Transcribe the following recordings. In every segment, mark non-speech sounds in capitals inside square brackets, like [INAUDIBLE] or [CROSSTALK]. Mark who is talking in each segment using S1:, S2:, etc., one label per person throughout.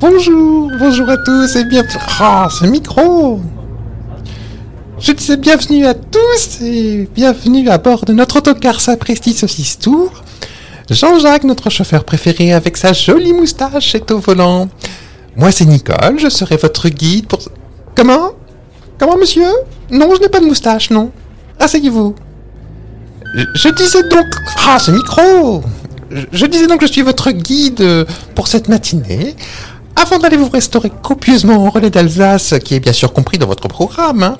S1: Bonjour, bonjour à tous et bienvenue. Ah, ce micro Je disais bienvenue à tous et bienvenue à bord de notre autocar Sapristi Saucisse Tour. Jean-Jacques, notre chauffeur préféré avec sa jolie moustache, est au volant. Moi, c'est Nicole, je serai votre guide pour. Comment Comment, monsieur Non, je n'ai pas de moustache, non. Asseyez-vous. Je, je disais donc. Ah, ce micro je, je disais donc que je suis votre guide euh, pour cette matinée. Avant d'aller vous restaurer copieusement au relais d'Alsace, qui est bien sûr compris dans votre programme, hein,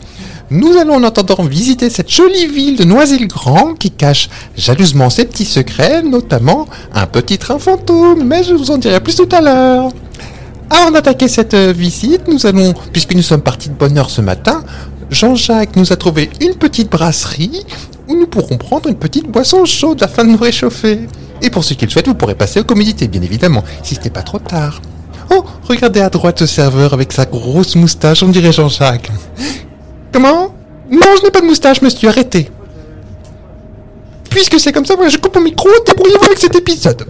S1: nous allons en attendant visiter cette jolie ville de Noisy-le-Grand qui cache jalousement ses petits secrets, notamment un petit train fantôme, mais je vous en dirai plus tout à l'heure. Avant d'attaquer cette euh, visite, nous allons, puisque nous sommes partis de bonne heure ce matin, Jean-Jacques nous a trouvé une petite brasserie où nous pourrons prendre une petite boisson chaude afin de nous réchauffer. Et pour ceux qui le souhaitent, vous pourrez passer aux commodités, bien évidemment, si ce n'est pas trop tard. Oh, regardez à droite ce serveur avec sa grosse moustache, on dirait Jean-Jacques. Comment Non, je n'ai pas de moustache, monsieur, arrêtez. Puisque c'est comme ça, voilà, je coupe mon micro, débrouillez-vous avec cet épisode.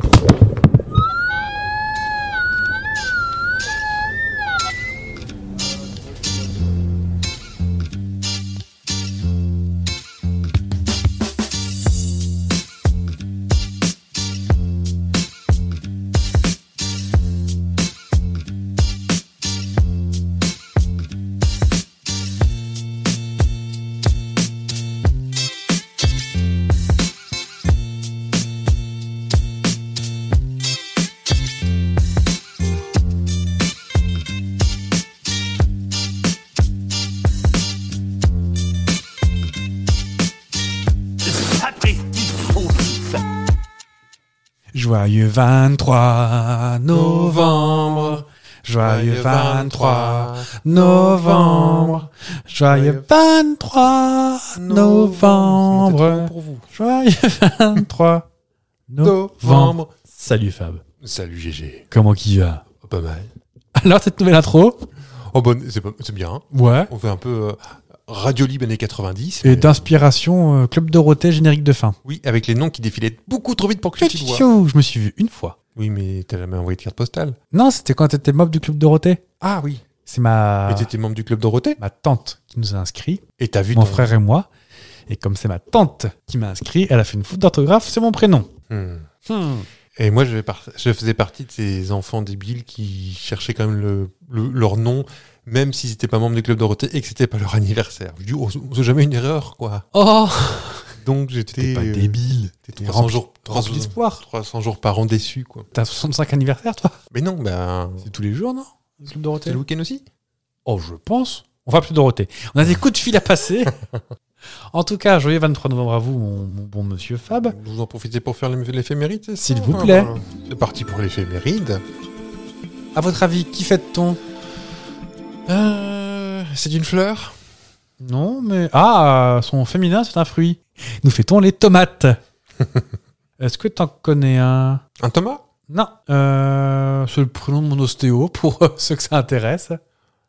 S2: Sapristi saucisse.
S3: Joyeux 23 novembre. Joyeux
S4: Joyeux
S3: 23 novembre. Joyeux 23 novembre. Joyeux 23 novembre.
S4: Novembre.
S3: Salut Fab.
S4: Salut GG.
S3: Comment qui va
S4: Oh, Pas mal.
S3: Alors cette nouvelle intro
S4: Oh bon, c'est pas- c'est bien.
S3: Ouais.
S4: On fait un peu euh, Radio Libre années 90.
S3: Et
S4: mais-
S3: d'inspiration euh, Club Dorothée générique de fin.
S4: Oui, avec les noms qui défilaient beaucoup trop vite pour que tu te vois.
S3: Tchou, Je me suis vu une fois.
S4: Oui, mais t'as jamais envoyé de carte postale.
S3: Non, c'était quand t'étais mob du Club Dorothée.
S4: Ah oui.
S3: C'est ma
S4: Et t'étais membre du club Dorothée.
S3: ma tante qui nous a inscrits.
S4: Et t'as vu
S3: mon
S4: ton-
S3: frère et moi. Et comme c'est ma tante qui m'a inscrit, elle a fait une faute d'orthographe sur mon prénom.
S4: Hmm. Et moi, je, vais par- je faisais partie de ces enfants débiles qui cherchaient quand même le, le- leur nom, même s'ils n'étaient pas membres du club Dorothée et que c'était pas leur anniversaire. Je dis, oh, c'est- c'est jamais une erreur, quoi.
S3: Oh
S4: Donc j'étais.
S3: T'es pas
S4: euh,
S3: débile.
S4: t'es
S3: T'es
S4: 300
S3: rempli-
S4: jours,
S3: rempli
S4: 300
S3: d'espoir.
S4: 300 jours par an déçus, quoi.
S3: T'as 65 anniversaire, toi
S4: Mais non, ben.
S3: C'est tous les jours, non Le Club
S4: C'est
S3: Dorothée
S4: le week-end aussi
S3: Oh, je pense. On va plus Dorothée. On a des coups de fil à [LAUGHS] passer. en tout cas, joyeux 23 novembre à vous, mon, mon bon monsieur Fab.
S4: Vous en profitez pour faire l'ém- l'éphéméride c'est ça
S3: Ah bah.
S4: hein,
S3: S'il vous plaît.
S4: C'est parti pour l'éphéméride.
S3: À votre avis, qui fête-t-on
S4: Euh, c'est d'une fleur
S3: Non, mais. Ah, son féminin, c'est un fruit. Nous fêtons les [LAUGHS] tomates. Est-ce que t'en connais un
S4: Un Thomas
S3: Non. Euh, c'est le prénom de mon ostéo pour euh, [LAUGHS] ceux que ça intéresse.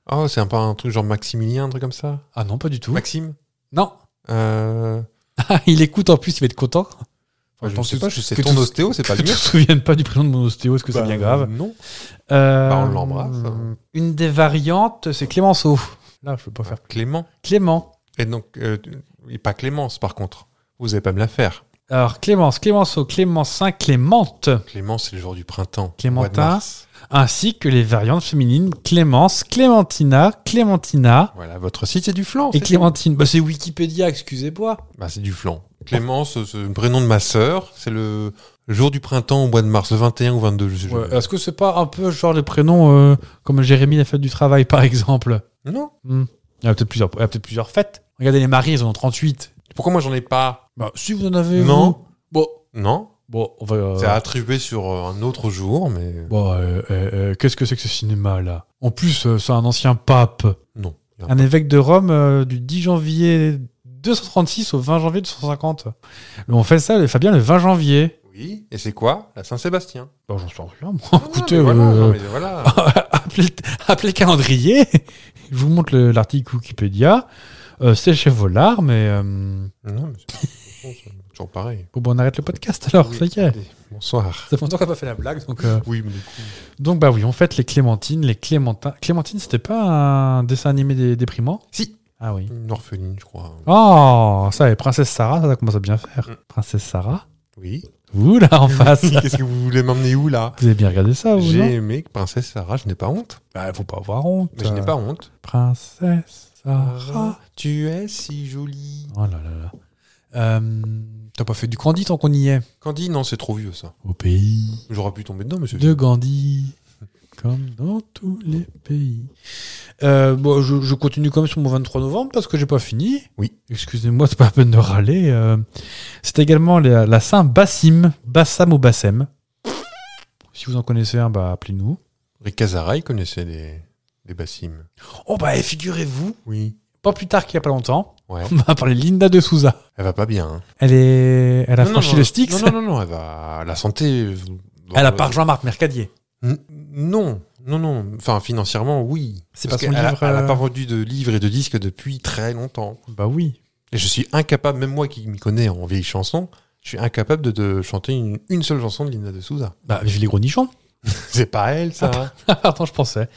S4: Oh, c'est un, pas un truc genre Maximilien, un truc comme ça
S3: Ah non, pas du tout.
S4: Maxime
S3: Non.
S4: euh...
S3: Ah, il écoute en plus, il va être content.
S4: Je ne
S3: pense
S4: sais
S3: que-
S4: pas, je sais
S3: que
S4: ton
S3: tous-
S4: ostéo, c'est pas
S3: que
S4: le
S3: [LAUGHS] tu
S4: mien.
S3: te souviennes pas du prénom de mon ostéo, est-ce que
S4: Bah,
S3: c'est bien grave
S4: Non.
S3: Euh,
S4: bah, on l'embrasse.
S3: Une des variantes, c'est Clémenceau. Là, je peux pas faire.
S4: Clément.
S3: Clément.
S4: Et donc, euh, et pas Clémence par contre. Vous n'allez pas me la faire.
S3: Alors, Clémence, Clémenceau, Clémencin, Clémente,
S4: Clément, c'est le jour du printemps. Mois de
S3: Clémentin,
S4: mars.
S3: ainsi que les variantes féminines Clémence, Clémentina, Clémentina
S4: Voilà, votre site, c'est du flan.
S3: et
S4: c'est-
S3: Clémentine. Bah, c'est Wikipédia, excusez-moi.
S4: Bah, c'est du flan. Clémence, c'est le prénom de ma sœur. C'est le jour du printemps au mois de mars, le 21 ou 22, je sais
S3: Ouais,
S4: jamais.
S3: Est-ce que c'est pas un peu genre les prénoms euh, comme Jérémy la fête du travail par exemple
S4: Non.
S3: Il y en a peut-être plusieurs, il y en a peut-être plusieurs fêtes. Regardez les maris, ils en ont 38.
S4: Pourquoi moi j'en ai pas
S3: Bah, si vous en avez.
S4: Non.
S3: vous. Bon,
S4: Non.
S3: bon, on va. euh,
S4: C'est attribué sur euh, un autre jour, mais.
S3: bon, euh, euh, euh, qu'est-ce que c'est que ce cinéma là En plus, euh, c'est un ancien pape,
S4: Non. Il y a un-
S3: un évêque de Rome euh, du 10 janvier 236 au 20 janvier 250. Mais on fait ça, Fabien, le 20 janvier.
S4: Oui. Et c'est quoi La Saint-Sébastien.
S3: Bon, j'en sais rien, moi.
S4: Non,
S3: Écoutez,
S4: mais voilà,
S3: euh,
S4: non, mais voilà.
S3: appelez, appelez le calendrier. [LAUGHS] Je vous montre le- l'article Wikipédia. Euh, c'est chez Volard, mais euh,
S4: Non, mais c'est- Toujours pareil.
S3: Bon, bon, on arrête le podcast alors, ça y est.
S4: Allez, Bonsoir.
S3: Ça fait longtemps qu'on n'a pas fait la blague, donc. euh,
S4: Oui, mais du coup,
S3: Donc, bah oui, on fête les Clémentines, les Clémentins. Clémentine, c'était pas un dessin animé dé- déprimant
S4: Si.
S3: Ah oui.
S4: une orpheline, je crois.
S3: Oh, ça, et Princesse Sarah, ça, ça commence à bien faire. Princesse Sarah
S4: Oui.
S3: Vous, là, [LAUGHS] en face
S4: Qu'est-ce que vous voulez m'emmener où là
S3: Vous avez bien regardé ça, vous
S4: J'ai
S3: Ah, bah, non
S4: aimé que Princesse Sarah, je n'ai pas honte.
S3: Bah, faut pas avoir honte. euh,
S4: Mais je n'ai pas honte. Ah,
S3: Princesse Sarah.
S4: tu es si jolie.
S3: Oh là là là. Euh, T'as pas fait du Candy tant qu'on y est
S4: Candy, non, c'est trop vieux ça.
S3: Au pays
S4: J'aurais pu tomber dedans, monsieur.
S3: de Gandhi, comme dans tous les pays. Euh, bon, je, je continue comme sur mon 23 novembre parce que j'ai pas fini.
S4: Oui.
S3: Excusez-moi, c'est pas la peine de râler. euh. c'est également la, la Saint Bassim, Bassam ou Bassem. Si vous en connaissez un, bah appelez-nous.
S4: Rick Azaray connaissait les, les bassimes.
S3: Oh
S4: eh,
S3: bah et figurez-vous,
S4: Oui.
S3: pas plus tard qu'il y a pas longtemps, [LAUGHS]
S4: Ouais.
S3: on m'a parlé de Linda de Souza.
S4: Elle va pas bien. hein.
S3: Elle est, elle a
S4: Non, non,
S3: franchi
S4: non,
S3: le Styx.
S4: Non, non, non, non, elle va. La santé.
S3: Elle a part Jean-Marc Mercadier.
S4: N- Non, non, non. Enfin, financièrement, oui.
S3: C'est
S4: Parce
S3: pas son
S4: qu'elle a-
S3: livre,
S4: Elle n'a
S3: euh,
S4: pas vendu de livres et de disques depuis très longtemps.
S3: Bah oui.
S4: Et je suis incapable, même moi qui m'y connais en vieilles chansons, je suis incapable de, de chanter une, une seule chanson de Linda de Souza. [LAUGHS]
S3: Bah vive les gros nichons.
S4: C'est pas elle, ça.
S3: Ah, bah, [LAUGHS] Pardon, je pensais.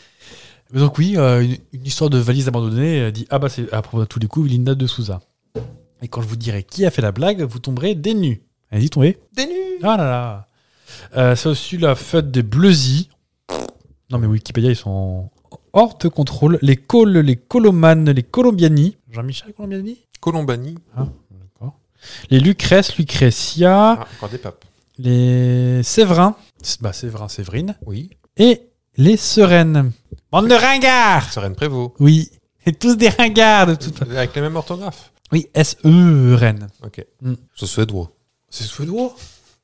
S3: Mais donc oui, euh, une, une histoire de valise abandonnée euh, dit ah bah c'est à propos de tous les coups Linda de Souza. Et quand je vous dirai qui a fait la blague, vous tomberez des nus. Allez-y, tombez.
S4: Des nues
S3: Ah là là. Euh, c'est aussi la fête des bleusies. Non mais Wikipédia ils sont hors de contrôle. Les cols, les colomanes, les colombiani. Jean-Michel Colombiani.
S4: Colombani,
S3: D'accord. Les Lucrèce, Lucretia,
S4: ah, encore des papes.
S3: les Séverins, bah Séverin, Séverine,
S4: Oui.
S3: et les Sereines. Bande de ringards
S4: Sérène Prévost.
S3: oui. Et tous des ringards de toute façon.
S4: Avec la même orthographe.
S3: Oui, S-E-R-N.
S4: Ok.
S3: Hmm.
S4: C'est suédois.
S3: C'est suédois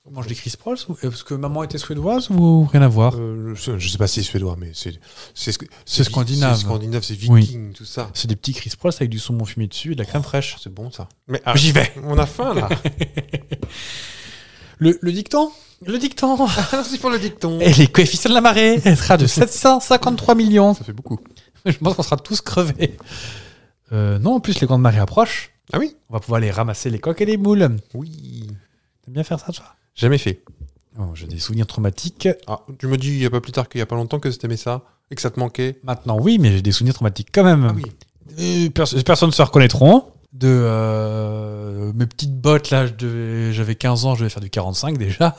S3: Comment je l'écris Sprols ou... euh, Parce que maman était suédoise ou rien à voir
S4: Euh, je je sais pas si c'est suédois, mais c'est c'est sc-
S3: Ah. C'est
S4: vi-
S3: scandinave.
S4: C'est scandinave, c'est
S3: Oui.
S4: viking, tout ça.
S3: C'est des petits Chris Sprols avec du saumon fumé dessus et de la crème fraîche.
S4: C'est bon ça. Mais ah,
S3: J'y vais
S4: on a faim
S3: [LAUGHS]
S4: là.
S3: le, le dicton Le dicton
S4: Merci Ah, pour le dicton.
S3: Et les coefficients de la marée Elle sera de 753 millions.
S4: Ça fait beaucoup.
S3: Je pense qu'on sera tous crevés. Euh, non, en plus, les grandes marées approchent.
S4: Ah oui
S3: On va pouvoir aller ramasser les coques et les moules.
S4: Oui.
S3: T'aimes bien faire ça, toi
S4: Jamais fait.
S3: Oh, J'ai des souvenirs traumatiques.
S4: Ah, tu me dis il y a pas plus tard qu'il y a pas longtemps que t'aimais ça et que ça te manquait.
S3: Maintenant, oui, mais j'ai des souvenirs traumatiques quand même.
S4: Ah oui.
S3: Euh, pers- personne ne se reconnaîtront. De euh, mes petites bottes, là, je devais- j'avais 15 ans, je devais faire du
S4: [LAUGHS]
S3: 45 déjà,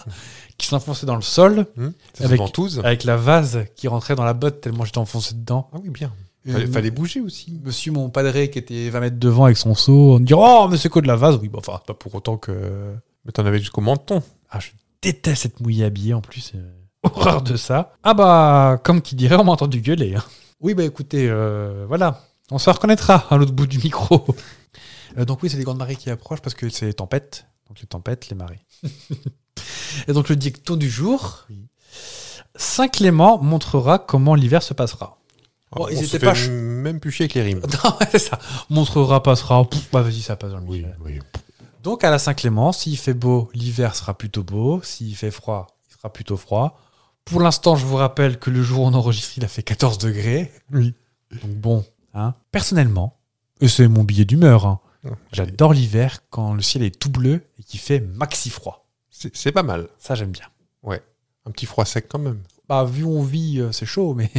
S3: qui s'enfonçaient dans le sol
S4: Hmm Ça, c'est
S3: Avec-
S4: ventouse.
S3: avec la vase qui rentrait dans la botte tellement j'étais enfoncé dedans.
S4: Ah oui, bien.
S3: Et
S4: Fallait,
S3: m-
S4: fallait bouger aussi.
S3: Monsieur, mon padré, qui était 20 mètres devant avec son seau, on me dit Oh, mais c'est quoi de la vase Oui, bah, enfin, c'est pas pour autant que.
S4: Mais t'en avais jusqu'au menton.
S3: Ah, je déteste cette mouillée habillée en plus. euh, [LAUGHS] horreur de ça. Ah, bah, comme qui dirait, on m'a entendu gueuler. hein. Oui, bah écoutez, euh, voilà. On se reconnaîtra à l'autre bout du micro. Euh, donc, oui, c'est des grandes marées qui approchent parce que c'est les tempêtes. Donc, les tempêtes, les marées. [LAUGHS] Et donc, le dicton du jour Saint Clément montrera comment l'hiver se passera. Bon, ils
S4: Ah, on se
S3: étaient
S4: fait
S3: pas ch-
S4: même plus chier avec les rimes.
S3: [LAUGHS] Non, c'est ça. Montrera, passera. Pouf, bah, vas-y, ça passe dans le
S4: Oui,
S3: Michel.
S4: oui.
S3: Donc à la Saint-Clément, s'il fait beau, l'hiver sera plutôt beau. S'il fait froid, il sera plutôt froid. Pour l'instant, je vous rappelle que le jour où on enregistre, il a fait 14 degrés.
S4: Oui.
S3: Donc bon, hein. personnellement, et c'est mon billet d'humeur, hein, j'adore l'hiver quand le ciel est tout bleu et qu'il fait maxi froid.
S4: C'est c'est pas mal.
S3: Ça, j'aime bien.
S4: Un petit froid sec quand même.
S3: Bah, vu où on vit, euh, c'est chaud, mais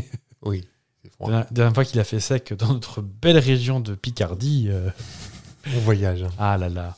S4: Oui. C'est
S3: la
S4: froid.
S3: dernière- dernière fois qu'il a fait sec dans notre belle région de Picardie, euh,
S4: Bon voyage. hein.
S3: ah là là.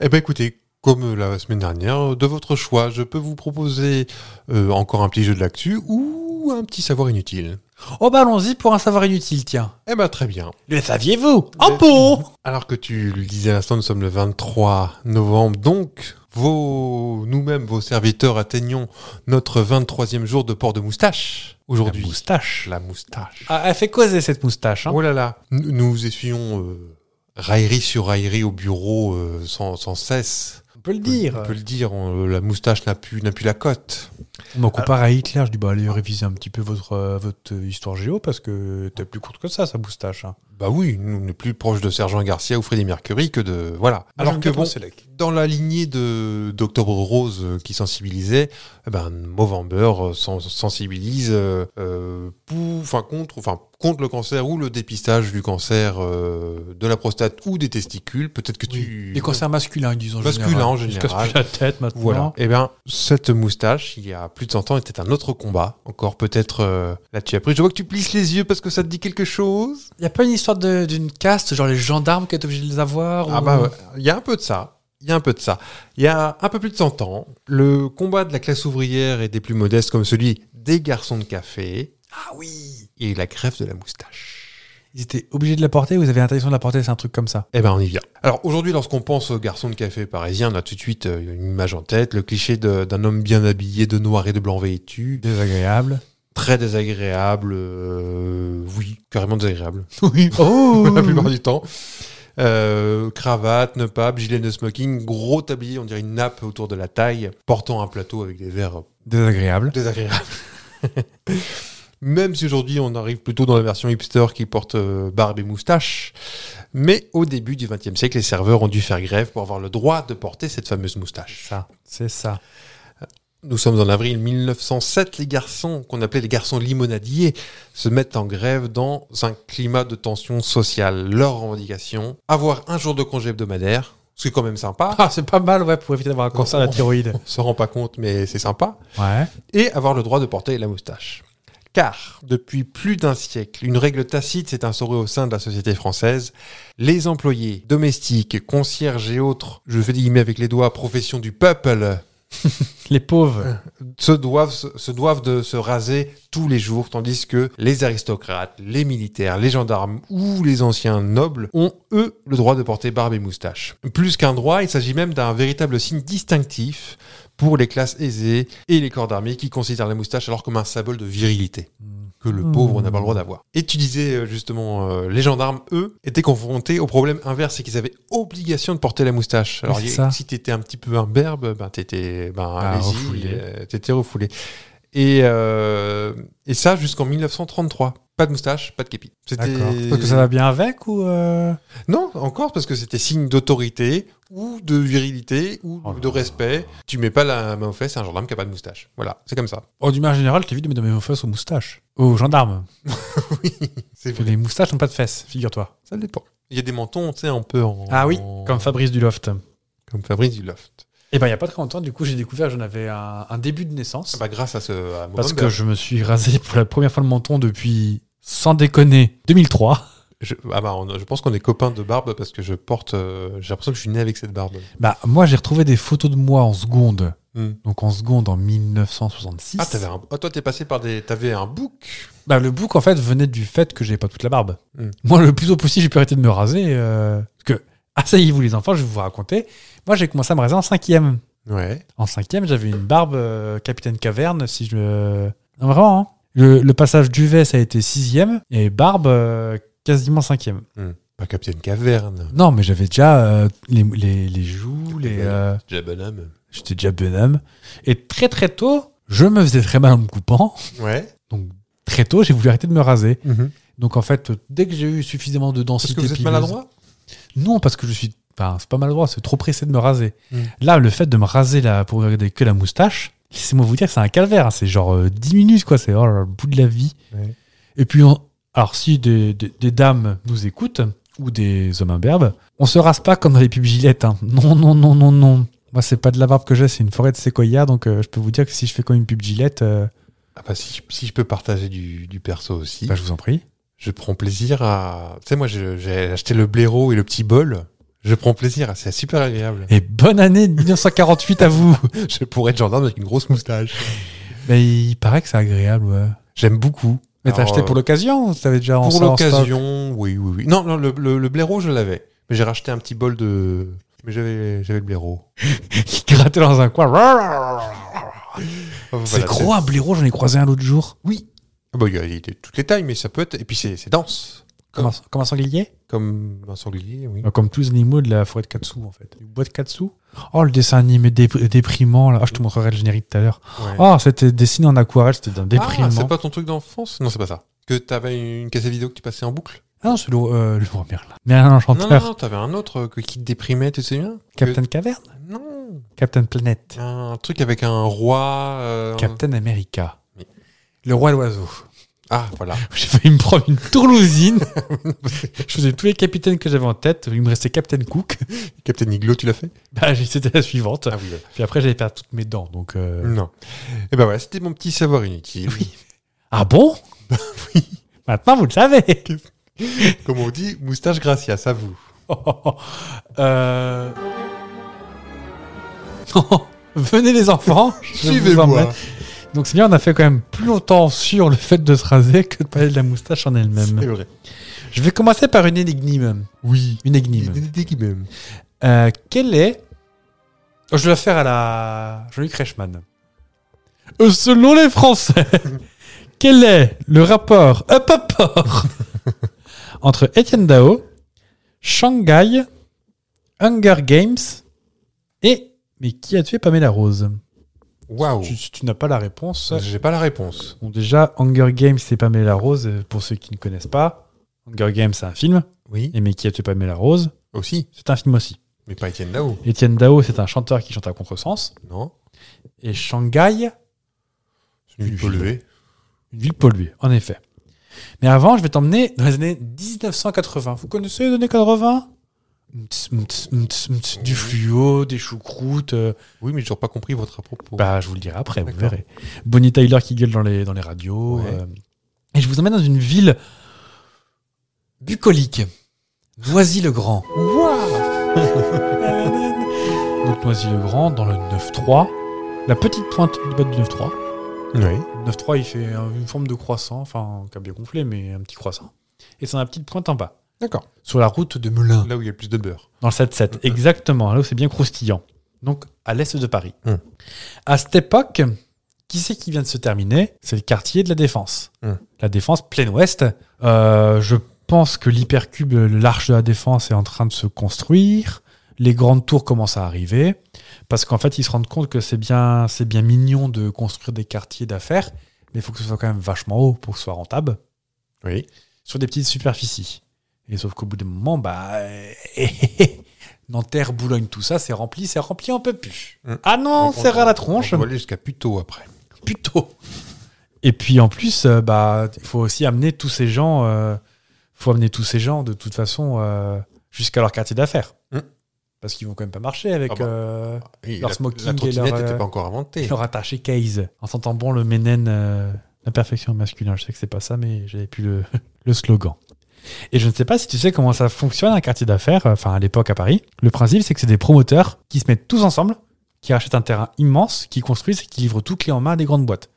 S4: Eh ben écoutez, comme la semaine dernière, euh, de votre choix, je peux vous proposer euh, encore un petit jeu de l'actu ou un petit savoir inutile.
S3: Oh bah allons-y pour un savoir inutile, tiens.
S4: Eh ben très bien.
S3: Le saviez-vous
S4: Le-
S3: En pot
S4: Alors que tu le disais à l'instant, nous sommes le 23 novembre, donc vos, nous-mêmes, vos serviteurs, atteignons notre 23e jour de port de moustache
S3: La
S4: aujourd'hui.
S3: moustache.
S4: La moustache.
S3: Ah, elle fait causer cette moustache. Hein.
S4: Oh là là, nous, nous essuyons euh, raillerie sur raillerie au bureau euh, sans, sans cesse.
S3: On peut le
S4: On peut-
S3: dire.
S4: On peut le dire, on- euh, la moustache n'a plus, n'a plus la cote.
S3: On m'en compare à Hitler. euh, Je dis, bah, allez, révisez un petit peu votre, euh, votre histoire géo parce que t'es plus courte que ça, sa moustache. hein.
S4: Bah oui, nous, on est plus proche de Sergent Garcia ou Freddie Mercury que de. Voilà. Alors que bon, dans la lignée de d'Octobre Rose euh, qui sensibilisait, eh ben Movember euh, sen- sensibilise euh, euh, pour, enfin contre, enfin contre le cancer ou le dépistage du cancer euh, de la prostate ou des testicules. Peut-être que tu
S3: Les cancers masculins, disons.
S4: Masculin, en
S3: Je se
S4: général.
S3: casse plus la tête maintenant.
S4: Voilà. Eh bien, cette moustache, il y a plus de 100 ans, était un autre combat. Encore peut-être euh, là-dessus. Après, je vois que tu plisses les yeux parce que ça te dit quelque chose.
S3: Il n'y a pas une histoire de- d'une caste, genre les gendarmes qui étaient obligés de les avoir
S4: Ah
S3: ou-
S4: bah, ouais. il y a un peu de ça. Il y a un peu de ça. Il y a un peu plus de 100 ans, le combat de la classe ouvrière et des plus modestes comme celui des garçons de café
S3: Ah oui
S4: et la crève de la moustache.
S3: Ils étaient obligés de la porter ou ils avaient l'interdiction de la porter C'est un truc comme ça.
S4: Eh ben, on y vient. Alors aujourd'hui, lorsqu'on pense aux garçons de café parisiens, on a tout de suite euh, une image en tête, le cliché de- d'un homme bien habillé, de noir et de blanc vêtu,
S3: Désagréable.
S4: très désagréable, euh, oui, carrément désagréable,
S3: [LAUGHS] Oui.
S4: [LAUGHS]
S3: Oh
S4: la plupart du temps. Euh, cravate, nœud pape, gilet de smoking, gros tablier, on dirait une nappe autour de la taille, portant un plateau avec des verres
S3: Désagréable.
S4: désagréables. [LAUGHS] Même si aujourd'hui on arrive plutôt dans la version hipster qui porte euh, barbe et moustache, mais au début du XXe siècle, les serveurs ont dû faire grève pour avoir le droit de porter cette fameuse moustache.
S3: Ça, c'est ça.
S4: Nous sommes en avril 1907. Les garçons, qu'on appelait les garçons limonadiers, se mettent en grève dans un climat de tension sociale. Leur revendication, avoir un jour de congé hebdomadaire, ce qui est quand même sympa.
S3: Ah, c'est pas mal, ouais, pour éviter d'avoir un cancer de la thyroïde.
S4: On se rend pas compte, mais c'est sympa.
S3: Oh. Ouais.
S4: Et avoir le droit de porter la moustache. Car, depuis plus d'un siècle, une règle tacite s'est instaurée au sein de la société française. Les employés, domestiques, concierges et autres, je fais des guillemets avec les doigts, profession du peuple,
S3: Les pauvres.
S4: se doivent, se doivent de se raser tous les jours, tandis que les aristocrates, les militaires, les gendarmes ou les anciens nobles ont, eux, le droit de porter barbe et moustache. Plus qu'un droit, il s'agit même d'un véritable signe distinctif pour les classes aisées et les corps d'armée qui considèrent la moustache alors comme un symbole de virilité que le
S3: Hmm.
S4: pauvre n'a pas le droit d'avoir. Et tu disais euh, justement, euh, les gendarmes, eux, étaient confrontés au problème inverse, c'est qu'ils avaient obligation de porter la moustache. Alors
S3: Oui, c'est
S4: il-
S3: ça. Ah,
S4: si t'étais un petit peu imberbe, ben t'étais ben, allez-y,
S3: refoulé.
S4: euh, t'étais refoulé. Et, euh, et ça jusqu'en 1933. Pas de moustache, pas de képi. C'était-
S3: D'accord. Parce que ça va bien avec ou. euh,
S4: Non, encore parce que c'était signe d'autorité ou de virilité ou
S3: Oh là
S4: de
S3: là.
S4: respect. Tu mets pas la main aux fesses à un gendarme qui a pas de moustache. Voilà, c'est comme ça.
S3: Oh, d'une manière générale, t'évites de mettre mes fesses aux moustaches. Aux gendarmes.
S4: C'est
S3: Parce que les moustaches n'ont pas de fesses, figure-toi.
S4: Ça dépend. Il y a des mentons, tu sais, un peu en.
S3: Ah oui,
S4: en-
S3: comme Fabrice du Loft.
S4: comme Fabrice du Loft.
S3: Et ben, il n'y a pas très longtemps, du coup, j'ai découvert, j'en avais un, un début de naissance.
S4: Ah bah, grâce à ce. à
S3: parce
S4: Movember.
S3: que je me suis rasé [LAUGHS] pour la première fois le menton depuis, sans déconner, 2003.
S4: Je- ah bah, on- je pense qu'on est copains de barbe parce que je porte. euh, J'ai l'impression que je suis né avec cette barbe.
S3: Bah, moi, j'ai retrouvé des photos de moi en seconde.
S4: Hmm.
S3: Donc, en seconde, en 1966.
S4: Ah, t'avais un... ah, toi, t'es passé par des. T'avais un bouc.
S3: Bah, le bouc, en fait, venait du fait que j'avais pas toute la barbe.
S4: Hmm.
S3: Moi, le plus tôt possible, j'ai pu arrêter de me raser. euh, parce que, [LAUGHS] asseyez-vous, les enfants, je vais vous raconter. Moi, j'ai commencé à me raser en cinquième.
S4: Ouais.
S3: En cinquième, j'avais une barbe euh, Capitaine Caverne, si je... euh, Non, vraiment, hein. le, le passage duvet, ça a été sixième, et barbe, euh, quasiment cinquième.
S4: Pas Bah, Capitaine Caverne.
S3: Non, mais j'avais déjà euh, les, les, les joues, les... euh,
S4: Déjà bonhomme.
S3: J'étais déjà bonhomme. Et très très tôt, je me faisais très mal en me coupant.
S4: Ouais.
S3: Donc très tôt, j'ai voulu arrêter de me raser.
S4: Mhm.
S3: Donc en fait, dès que j'ai eu suffisamment de
S4: Parce
S3: densité
S4: que vous êtes
S3: pileuse-
S4: maladroit
S3: Non, parce que je suis. Enfin, c'est pas maladroit, c'est trop pressé de me raser.
S4: Mm.
S3: Là, le fait de me raser là, pour regarder que la moustache, laissez-moi vous dire, c'est un calvaire. hein. C'est genre euh, 10 minutes, quoi. C'est oh là là, le bout de la vie.
S4: Ouais.
S3: Et puis, on- alors, si des, des- des dames nous écoutent, ou des hommes imberbes, on se rase pas comme dans les pubs Gillette. hein. Non, non, non, non, non. Moi, c'est pas de la barbe que j'ai, c'est une forêt de séquoia. Donc, euh, je peux vous dire que si je fais comme une pub Gillette, euh,
S4: Ah bah, si, je- si je peux partager du, du perso aussi,
S3: bah, je vous en prie.
S4: je prends plaisir à. Tu sais, moi, je- j'ai acheté le blaireau et le petit bol. Je prends plaisir à. C'est super agréable.
S3: Et bonne année 1948 à vous.
S4: [LAUGHS] je pourrais être gendarme avec une grosse moustache.
S3: Mais il paraît que c'est agréable, ouais.
S4: J'aime beaucoup.
S3: Mais t'as
S4: Alors, euh,
S3: acheté pour l'occasion ou t'avais déjà en
S4: Pour
S3: ça en stock [LAUGHS]
S4: l'occasion, oui, oui, oui. Non, non le, le, le blaireau, je l'avais. Mais j'ai racheté un petit bol de. Mais j'avais, j'avais le blaireau.
S3: qui grattait dans un coin.
S4: Voilà,
S3: C'est gros hein. un blaireau, j'en ai croisé un l'autre jour.
S4: Oui. Ah bah, il y a il y a de toutes les tailles, mais ça peut être. Et puis c'est, c'est dense.
S3: Comme un, comme un sanglier
S4: Comme un sanglier, oui.
S3: Bah, Comme tous les animaux de la forêt de Katsu, en fait. Du bois de Katsu Oh, le dessin animé dé- déprimant, là. Ah, je te montrerai le générique tout à l'heure.
S4: Ouais.
S3: Oh, c'était dessiné en aquarelle, c'était d'un
S4: Ah,
S3: déprimant.
S4: c'est pas ton truc d'enfance Non, c'est pas ça. Que t'avais une cassette vidéo que tu passais en boucle
S3: Ah non, c'est Lo- euh, Laurent Merlin. Merlin,
S4: Non, non,
S3: chanteur.
S4: non, t'avais un autre euh, qui te déprimait, tu te souviens
S3: Captain Caverne
S4: Que- Non.
S3: Captain Planète.
S4: Un truc avec un roi. euh,
S3: Captain America.
S4: Oui.
S3: Le roi l'oiseau.
S4: Ah, voilà.
S3: J'ai failli me prendre une tourlousine. je faisais tous les capitaines que j'avais en tête. Il me restait Captain Cook.
S4: Captain Iglo, tu l'as fait
S3: Bah, j'ai- c'était la suivante.
S4: Ah oui. voilà.
S3: Puis après, j'allais perdre toutes mes dents. Donc, euh,
S4: Non. Et ben voilà, c'était mon petit savoir inutile.
S3: Oui. Ah bon Maintenant, vous le savez. [LAUGHS]
S4: Comme on dit, moustache gracias, à vous.
S3: Euh, [LAUGHS] Non. Venez les enfants. je vous emmène.
S4: Suivez-moi.
S3: Donc c'est bien, on a fait quand même plus longtemps sur le fait de se raser que de parler de la moustache en
S4: C'est
S3: elle-même.
S4: vrai.
S3: Je vais commencer par une énigme.
S4: Oui.
S3: Une
S4: Il
S3: énigme.
S4: était qui même
S3: Euh, quelle est. Oh, je vais la faire à la. Jean-Luc Reichmann. Euh, selon les [LAUGHS] Français, quel est le rapport up [LAUGHS] rapport entre Étienne Dao, Shanghai, Hunger Games et. Mais qui a tué Pamela Rose
S4: Waouh.
S3: tu, Si tu n'as pas la réponse.
S4: J'ai pas la réponse.
S3: Bon, déjà, Hunger Games, c'est Pamela Rose, euh, pour ceux qui ne connaissent pas. Hunger Games, c'est un film.
S4: Oui.
S3: Et Mais qui a tué Pamela Rose,
S4: Aussi.
S3: c'est un film aussi.
S4: Mais pas Étienne Dao.
S3: Étienne Dao, c'est un chanteur qui chante à contresens.
S4: Non.
S3: Et Shanghai,
S4: C'est une
S3: Une
S4: polluée.
S3: une ville polluée, en effet. Mais avant, je vais t'emmener dans les années 1980. Vous connaissez les années 80 Mts, mts, mts, mts, Du fluo, des choucroutes. euh,
S4: Oui, mais j'ai toujours pas compris votre propos.
S3: Bah, je vous le dirai après, vous
S4: D'accord.
S3: verrez. Bonnie Tyler qui gueule dans les, dans les radios.
S4: Ouais.
S3: euh, et je vous emmène dans une ville bucolique. Noisy-le-Grand. [LAUGHS] Donc Noisy-le-Grand, dans le 9-3. La petite pointe du bas du 9-3.
S4: Oui.
S3: 9-3, il fait un- une forme de croissant, enfin, qui a bien gonflé, mais un petit croissant. Et c'est un petite pointe en bas.
S4: D'accord.
S3: Sur la route de Melun.
S4: Là où il y a le plus de beurre.
S3: Dans le 7-7, exactement, là où c'est bien croustillant. Donc, à l'est de Paris.
S4: Mm.
S3: À cette époque, qui c'est qui vient de se terminer C'est le quartier de la Défense.
S4: Mm.
S3: La Défense, plein ouest. Euh, je pense que l'hypercube, l'arche de la Défense, est en train de se construire. Les grandes tours commencent à arriver. Parce qu'en fait, ils se rendent compte que c'est bien, c'est bien mignon de construire des quartiers d'affaires, mais il faut que ce soit quand même vachement haut pour que ce soit rentable
S4: Oui.
S3: sur des petites superficies. Et sauf qu'au bout d'un moment, bah, [LAUGHS] Nanterre, Boulogne, tout ça, c'est rempli, c'est rempli, on peut plus.
S4: Mm.
S3: Ah non, c'est à la tronche,
S4: On va aller jusqu'à Puto après.
S3: plutôt. Et puis en plus, euh, bah, il faut aussi amener tous ces gens, euh, faut amener tous ces gens de toute façon euh, jusqu'à leur quartier d'affaires,
S4: Mm.
S3: parce qu'ils vont quand même pas marcher avec
S4: Ah bah.
S3: euh,
S4: Et
S3: Leur
S4: la,
S3: smoking
S4: la
S3: et
S4: trottinette
S3: leur,
S4: n'était
S3: euh,
S4: pas encore inventée.
S3: leur attaché case. En sentant bon le ménène, euh, la perfection masculine. Je sais que c'est pas ça, mais j'avais plus le, [LAUGHS] le slogan. Et je ne sais pas si tu sais comment ça fonctionne un quartier d'affaires, euh, enfin à l'époque à Paris. Le principe, c'est que c'est des promoteurs qui se mettent tous ensemble, qui achètent un terrain immense, qui construisent et qui livrent tout clé en main à des grandes boîtes.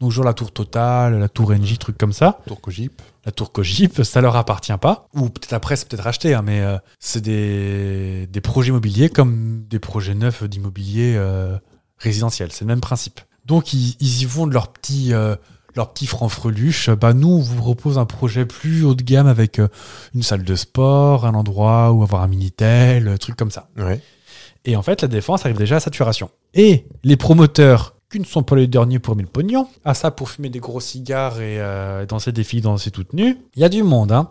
S3: Donc, genre la tour Total, la tour NJ, trucs comme ça
S4: Tour Cogip.
S3: la tour Cogip, ça leur appartient pas. Ou peut-être après, c'est peut-être racheté, hein, mais euh, c'est des, des projets immobiliers comme des projets neufs d'immobilier euh, résidentiel. C'est le même principe. Donc, ils, ils y vont de leur petit, euh, leur petit franc-freluche. Bah, nous, on vous propose un projet plus haut de gamme avec euh, une salle de sport, un endroit où avoir un Minitel, euh, truc comme ça.
S4: Ouais.
S3: Et en fait, la défense arrive déjà à saturation. Et les promoteurs, qui ne sont pas les derniers pour 1000 pognon, à ça pour fumer des gros cigares et euh, danser des filles danser toutes nues, il y a du monde. hein.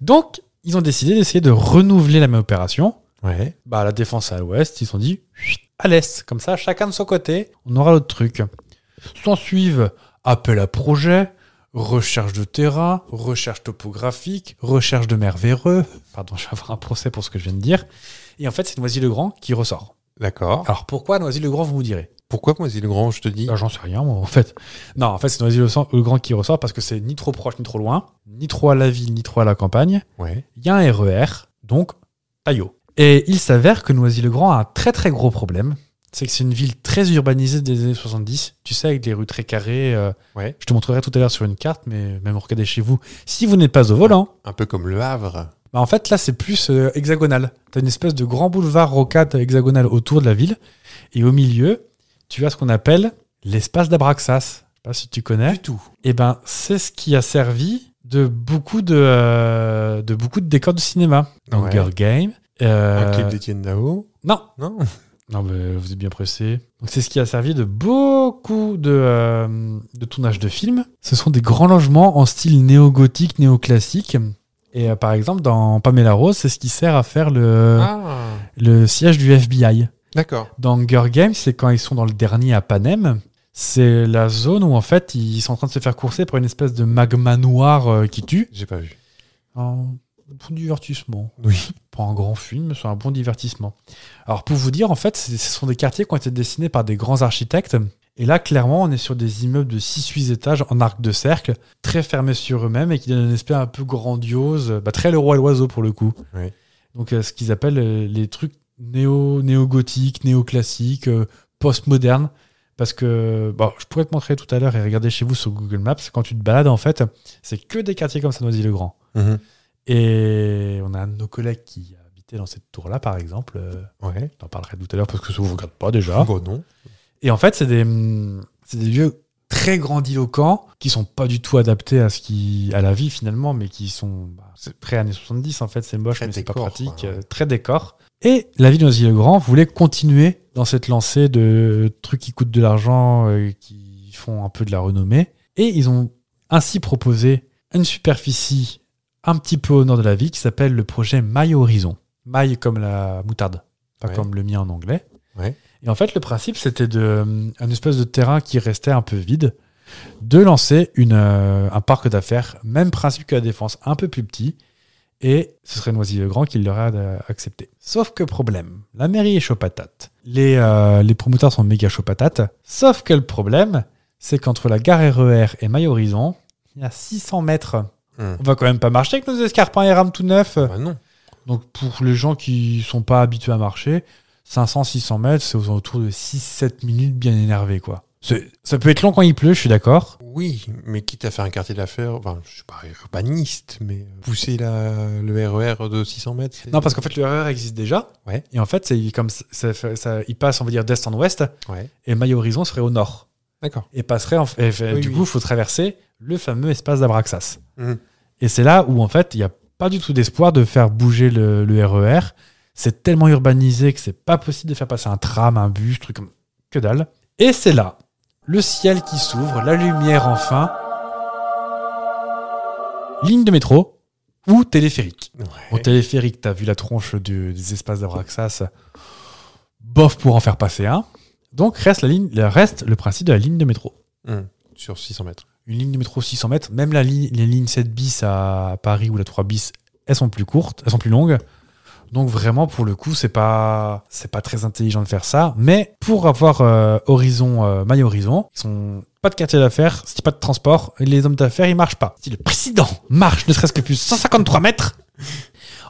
S3: Donc, ils ont décidé d'essayer de renouveler la même opération.
S4: Ouais.
S3: Bah, la défense à l'ouest, ils se sont dit chut, à l'est. Comme ça, chacun de son côté, on aura l'autre truc. S'en suivent appel à projet, recherche de terrain, recherche topographique, recherche de merveilleux. Pardon, [LAUGHS] je vais avoir un procès pour ce que je viens de dire. Et en fait, c'est Noisy-le-Grand qui ressort.
S4: D'accord.
S3: Alors pourquoi Noisy-le-Grand, vous me direz
S4: Pourquoi moi, le Grand, je te dis
S3: Ah, J'en sais rien, moi, en fait. Non, en fait, c'est Noisy-le-Grand qui ressort parce que c'est ni trop proche, ni trop loin, ni trop à la ville, ni trop à la campagne.
S4: Ouais.
S3: Il y a un RER, donc Taillot. Et il s'avère que Noisy-le-Grand a un très très gros problème. C'est que c'est une ville très urbanisée des années 70, tu sais, avec des rues très carrées. euh,
S4: Ouais.
S3: Je te montrerai tout à l'heure sur une carte, mais même regardez chez vous. Si vous n'êtes pas au volant,
S4: Un peu comme le Havre.
S3: bah en fait, là, c'est plus euh, hexagonal. Tu as une espèce de grand boulevard rocade hexagonal autour de la ville. Et au milieu, tu as ce qu'on appelle l'espace d'Abraxas. Je sais pas si tu connais.
S4: Du tout.
S3: Et ben, c'est ce qui a servi de beaucoup de, euh, de, beaucoup de décors de cinéma.
S4: Ouais.
S3: Hunger Game. euh,
S4: Un clip d'Étienne Dao.
S3: Non,
S4: Non.
S3: non, mais vous êtes bien pressé. Donc, c'est ce qui a servi de beaucoup de, euh, de tournages de films. Ce sont des grands logements en style néo-gothique, néo-classique. Et euh, par exemple, dans Pamela Rose, c'est ce qui sert à faire le,
S4: Ah,
S3: le siège du FBI.
S4: d'accord.
S3: Dans Hunger Games, c'est quand ils sont dans le dernier à Panem. C'est la zone où en fait ils sont en train de se faire courser par une espèce de magma noir euh, qui tue.
S4: J'ai pas vu.
S3: Un bon divertissement.
S4: Oui.
S3: Pas un grand film, mais c'est un bon divertissement. Alors pour vous dire, en fait, c'est- ce sont des quartiers qui ont été dessinés par des grands architectes. Et là, clairement, on est sur des immeubles de 6-8 étages en arc de cercle, très fermés sur eux-mêmes et qui donnent un aspect un peu grandiose, euh, bah, très le roi et l'oiseau pour le coup.
S4: Oui.
S3: Donc euh, ce qu'ils appellent euh, les trucs néo- néo-gothiques, néo-classiques, euh, post-modernes. Parce que bon, je pourrais te montrer tout à l'heure et regarder chez vous sur Google Maps, quand tu te balades, en fait, c'est que des quartiers comme ça, Noisy-le-Grand.
S4: Mhm.
S3: Et on a un de nos collègues qui habitait dans cette tour-là, par exemple. Euh,
S4: Ouais.
S3: J'en parlerai tout à l'heure parce que ça vous regarde pas déjà.
S4: Bon, non.
S3: Et en fait, c'est des, hum, c'est des lieux très grandiloquents qui sont pas du tout adaptés à ce qui, à la vie finalement, mais qui sont bah, c'est près années 70 en fait. C'est moche,
S4: Très
S3: mais c'est pas
S4: décor,
S3: pratique,
S4: quoi, ouais.
S3: euh, très décor. Et la ville de Noisy le Grand voulait continuer dans cette lancée de trucs qui coûtent de l'argent, euh, qui font un peu de la renommée. Et ils ont ainsi proposé une superficie un petit peu au nord de la ville qui s'appelle le projet Maille Horizon. Maille comme la moutarde, pas
S4: Ouais.
S3: comme le mien en anglais.
S4: Ouais.
S3: Et en fait, le principe, c'était de euh, un espèce de terrain qui restait un peu vide, de lancer une, euh, un parc d'affaires, même principe que la défense, un peu plus petit, et ce serait Noisy-le-Grand qui l'aurait euh, accepté. Sauf que problème, la mairie est chaud patate. Les, euh, les promoteurs sont méga chaud patate. Sauf que le problème, c'est qu'entre la gare RER et Maille Horizon, il y a 600 mètres.
S4: Hmm.
S3: On va quand même pas marcher avec nos escarpins et rames tout neufs.
S4: Bah non.
S3: Donc pour les gens qui sont pas habitués à marcher, 500-600 mètres, c'est aux alentours de 6-7 minutes bien énervé quoi. C'est- Ça peut être long quand il pleut, je suis d'accord.
S4: Oui, mais quitte à faire un quartier d'affaires, enfin, je suis pas urbaniste, mais euh, pousser la, le RER de 600 mètres. c'est-
S3: Non parce qu'en fait le RER existe déjà.
S4: Ouais.
S3: Et en fait c'est comme ça, ça fait- ça- il passe on va dire d'est en ouest
S4: Ouais.
S3: et Maille Horizon serait au nord.
S4: D'accord.
S3: et passerait en- et fait-
S4: Oui,
S3: du
S4: oui.
S3: coup il faut traverser le fameux espace d'Abraxas
S4: Mhm.
S3: et c'est là où en fait il n'y a pas du tout d'espoir de faire bouger le, le RER c'est tellement urbanisé que c'est pas possible de faire passer un tram un bus truc comme que dalle et c'est là le ciel qui s'ouvre la lumière enfin ligne de métro ou téléphérique
S4: Ouais.
S3: au téléphérique t'as vu la tronche du- des espaces d'Abraxas bof pour en faire passer un donc reste, la ligne, reste le principe de la ligne de métro
S4: Hum, Sur 600 mètres.
S3: une ligne de métro 600 mètres, même la ligne, les lignes 7 bis à Paris ou la 3 bis, elles sont plus courtes, elles sont plus longues. Donc vraiment, pour le coup, c'est pas c'est pas très intelligent de faire ça. Mais pour avoir euh, Horizon, euh, My Horizon, ils sont pas de quartier d'affaires, si pas de transport, et les hommes d'affaires ils marchent pas. Si le président marche, ne serait-ce que plus 153 mètres.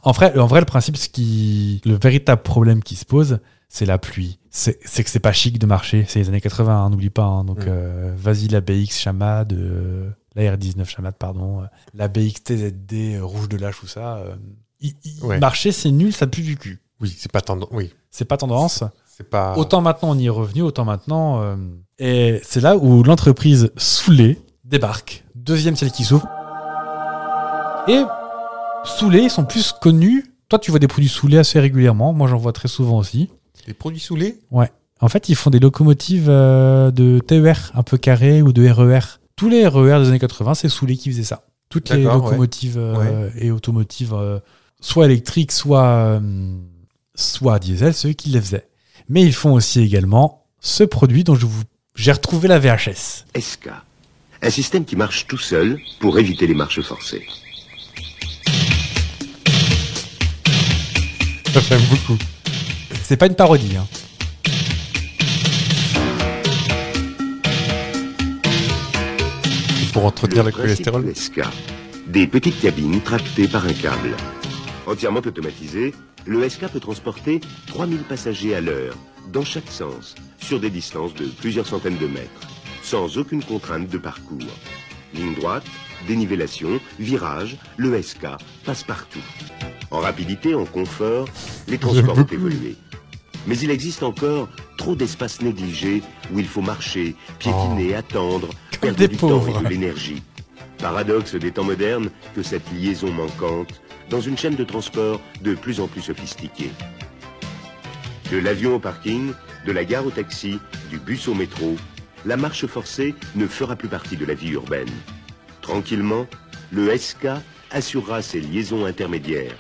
S3: En vrai, en vrai, le principe, ce qui, le véritable problème qui se pose, c'est la pluie. C'est c'est que c'est pas chic de marcher. C'est les années 80, hein, n'oublie pas. hein. donc,
S4: Mm.
S3: euh, vas-y, la BX Chamade, euh, la R19 Chamade, pardon, euh, la BX TZD euh, Rouge de Lâche, tout ça. euh, y- y-
S4: Ouais.
S3: Marcher, c'est nul, ça pue du cul.
S4: Oui, c'est pas tendance. Oui,
S3: C'est pas tendance.
S4: c'est pas.
S3: Autant maintenant on y est revenu, autant maintenant. euh, Et c'est là où l'entreprise Soulé débarque. Deuxième celle qui s'ouvre. Et Soulé, ils sont plus connus. Toi, tu vois des produits Soulé assez régulièrement. Moi, j'en vois très souvent aussi.
S4: Les produits saoulés
S3: En fait, ils font des locomotives euh, de TER un peu carrées ou de RER. Tous les RER des années 80, c'est Soulé qui faisait ça. Toutes les
S4: D'accord, ouais.
S3: locomotives euh, et automotives, euh, soit électriques, soit, euh, soit diesel, ceux qui les faisaient. Mais ils font aussi également ce produit dont je vous j'ai retrouvé la VHS.
S2: SK. Un système qui marche tout seul pour éviter les marches forcées.
S4: J'aime beaucoup.
S3: C'est pas une parodie. hein.
S4: Pour entretenir le,
S2: principe
S4: cholestérol.
S2: du SK. Des petites cabines tractées par un câble. Entièrement automatisé, le SK peut transporter 3000 passagers à l'heure, dans chaque sens, sur des distances de plusieurs centaines de mètres, sans aucune contrainte de parcours. Ligne droite, dénivellation, virage, le SK passe partout. En rapidité, en confort, les transports ont
S4: beaucoup.
S2: évolué. Mais il existe encore trop d'espaces négligés où il faut marcher, piétiner, attendre,
S3: Comme
S2: perdre
S3: Oh. des
S2: du
S3: pauvres.
S2: temps et de l'énergie. Paradoxe des temps modernes que cette liaison manquante dans une chaîne de transport de plus en plus sophistiquée. De l'avion au parking, de la gare au taxi, du bus au métro, la marche forcée ne fera plus partie de la vie urbaine. Tranquillement, le SK assurera ses liaisons intermédiaires.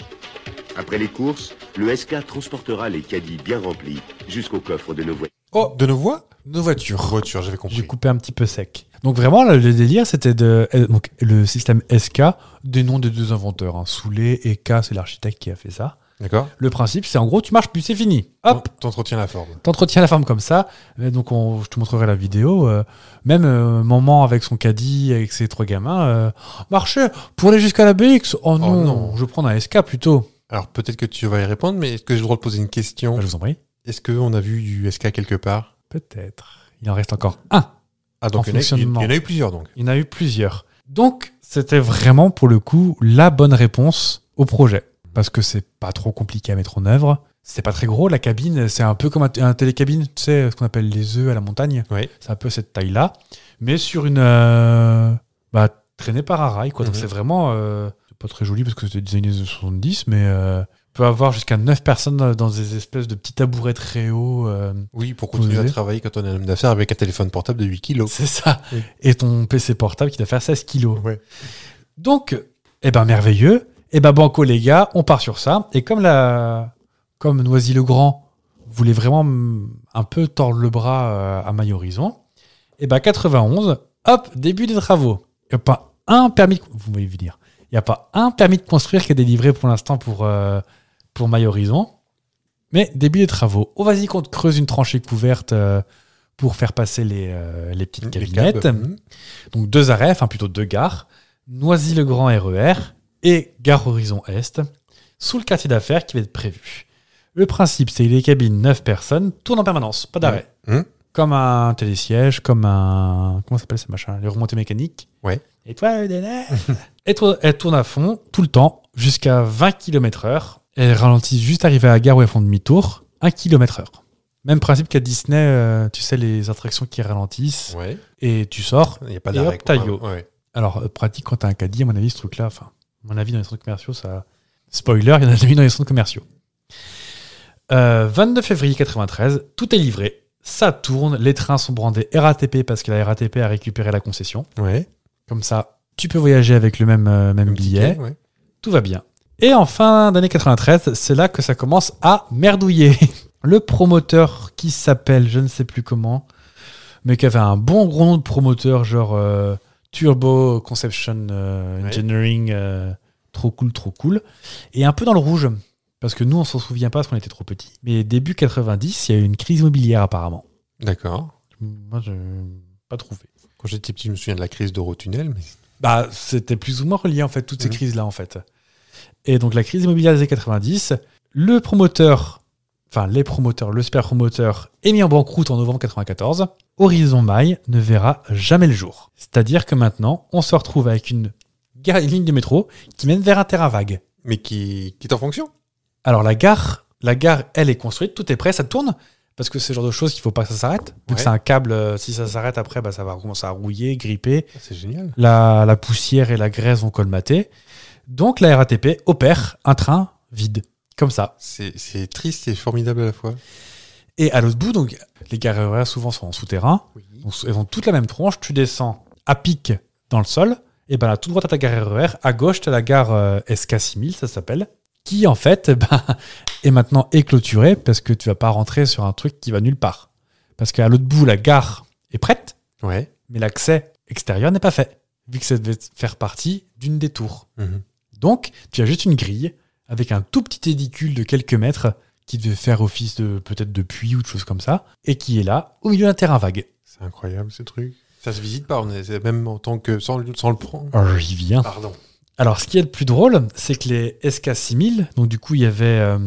S2: Après les courses, le SK transportera les caddies bien remplis jusqu'au coffre de nos voitures.
S4: Oh, de nos voix
S3: Nos voitures.
S4: Voiture, j'avais compris.
S3: J'ai coupé un petit peu sec. Donc vraiment, là, le délire, c'était de euh, donc, le système SK, des noms des deux inventeurs. Hein. Soulet et K, c'est l'architecte qui a fait ça.
S4: D'accord
S3: Le principe, c'est en gros, tu marches plus, c'est fini. Hop
S4: T'en- T'entretiens la forme.
S3: T'entretiens la forme comme ça. Et donc, on- je te montrerai la vidéo. euh, même euh, maman avec son caddie, avec ses trois gamins, euh, marcher pour aller jusqu'à la BX. Oh, non,
S4: non.
S3: je vais prendre un SK plutôt.
S4: Alors peut-être que tu vas y répondre, mais est-ce que j'ai le droit de poser une question
S3: Bah, je vous en prie.
S4: Est-ce qu'on a vu du SK quelque part
S3: Peut-être. Il en reste encore un.
S4: Ah,
S3: En
S4: donc il y, en a- il y
S3: fonctionnement.
S4: en a eu plusieurs, donc.
S3: Il y en a eu plusieurs. Donc, c'était vraiment pour le coup la bonne réponse au projet. Parce que c'est pas trop compliqué à mettre en œuvre. C'est pas très gros, la cabine. C'est un peu comme un, t- un télécabine, tu sais, ce qu'on appelle les œufs à la montagne.
S4: Oui.
S3: C'est un peu cette taille-là. Mais sur une. euh, bah, traînée par un rail, quoi. Donc,
S4: Mhm.
S3: c'est vraiment. euh, c'est pas très joli parce que c'était des années 70, mais. euh, peut avoir jusqu'à 9 personnes dans des espèces de petits tabourets très hauts. euh,
S4: Oui, pour
S3: Vous
S4: continuer à
S3: avez
S4: travailler quand on est un homme d'affaires avec un téléphone portable de 8 kilos.
S3: C'est ça.
S4: Oui.
S3: Et ton PC portable qui doit faire 16 kilos.
S4: Ouais.
S3: Donc, eh ben merveilleux. Eh ben banco les gars, on part sur ça. Et comme la, comme Noisy le Grand voulait vraiment mm, un peu tordre le bras euh, à maille horizon, eh ben 91, hop, début des travaux. Il n'y a pas un permis, de- vous m'avez vu dire, il n'y a pas un permis de construire qui est délivré pour l'instant pour euh, pour maille horizon. Mais début des travaux. Oh vas-y qu'on te creuse une tranchée couverte. euh, pour faire passer les, euh, les petites
S4: Mmh, Les
S3: cabinettes.
S4: câbles. Mhm.
S3: Donc deux arrêts, enfin plutôt deux gares, Noisy-le-Grand RER et Gare Horizon Est, sous le quartier d'affaires qui va être prévu. Le principe, c'est que les cabines 9 personnes tournent en permanence, pas d'arrêt.
S4: Ouais. Mmh.
S3: Comme un télésiège, comme un. Comment ça s'appelle ce machin Les remontées mécaniques
S4: Ouais.
S3: Et toi, le délai [LAUGHS] Et toi, elle tourne à fond, tout le temps, jusqu'à 20 km/h. Elle ralentit juste arrivée à la gare où elles font demi-tour, 1 km/h. Même principe qu'à Disney, euh, tu sais, les attractions qui ralentissent,
S4: Ouais.
S3: et tu sors,
S4: Il n'y a pas
S3: Et
S4: d'arrêt.
S3: hop, taillot.
S4: quoi. Ouais.
S3: alors, euh, pratique quand t'as un caddie, à mon avis, ce truc-là, enfin, à mon avis, dans les centres commerciaux, ça. Spoiler, il y en a jamais eu dans les centres commerciaux. Euh, 22 février 93, tout est livré. Ça tourne, les trains sont brandés RATP parce que la RATP a récupéré la concession.
S4: Ouais.
S3: Comme ça, tu peux voyager avec le même, euh, même
S4: Un petit
S3: billet.
S4: quai, ouais.
S3: Tout va bien. Et en fin d'année 93, c'est là que ça commence à merdouiller. [LAUGHS] Le promoteur qui s'appelle, je ne sais plus comment, mais qui avait un bon gros nom de promoteur, genre euh, Turbo Conception euh,
S4: Ouais.
S3: Engineering, euh, trop cool, trop cool. Et un peu dans le rouge, parce que nous, on s'en souvient pas parce qu'on était trop petits. Mais début 90, il y a eu une crise immobilière apparemment.
S4: D'accord.
S3: Moi, je pas trouvé.
S4: Quand j'étais petit, je me souviens de la crise d'Eurotunnel. Mais...
S3: Bah, c'était plus ou moins relié, en fait, toutes ces
S4: Mhm.
S3: crises-là, en fait. Et donc, la crise immobilière des années 90, le promoteur, enfin, les promoteurs, le super promoteur, est mis en banqueroute en novembre 94. Horizon Mail ne verra jamais le jour. C'est-à-dire que maintenant, on se retrouve avec une, gare- une ligne de métro qui mène vers un terrain vague.
S4: mais qui... qui est en fonction.
S3: Alors, la gare, la gare, elle est construite, tout est prêt, ça tourne. Parce que c'est le genre de choses qu'il faut pas que ça s'arrête. Vu que
S4: Ouais.
S3: c'est un câble, euh, si ça s'arrête après, bah, ça va commencer à rouiller, gripper
S4: C'est génial.
S3: la, la poussière et la graisse vont colmater. Donc la RATP opère un train vide, comme ça.
S4: C'est c'est triste et formidable à la fois.
S3: Et à l'autre bout, donc les gares RER souvent sont en souterrain,
S4: Oui.
S3: donc elles ont toutes la même tronche. Tu descends à pic dans le sol, et ben là, tout droit à ta gare RER, à gauche t'as la gare euh, SK6000, ça s'appelle, qui en fait [LAUGHS] ben, est maintenant est clôturée parce que tu vas pas rentrer sur un truc qui va nulle part. Parce qu'à l'autre bout, la gare est prête,
S4: Ouais.
S3: mais l'accès extérieur n'est pas fait, vu que ça devait faire partie d'une des tours.
S4: Mhm.
S3: Donc, tu as juste une grille avec un tout petit édicule de quelques mètres qui devait faire office de peut-être de puits ou de choses comme ça, et qui est là au milieu d'un terrain vague.
S4: C'est incroyable ce truc. Ça se visite pas, on est c'est même en tant que sans, le- sans le prendre.
S3: Alors, j'y viens.
S4: Pardon.
S3: Alors, ce qui est le plus drôle, c'est que les SK6000, donc du coup, il y avait euh,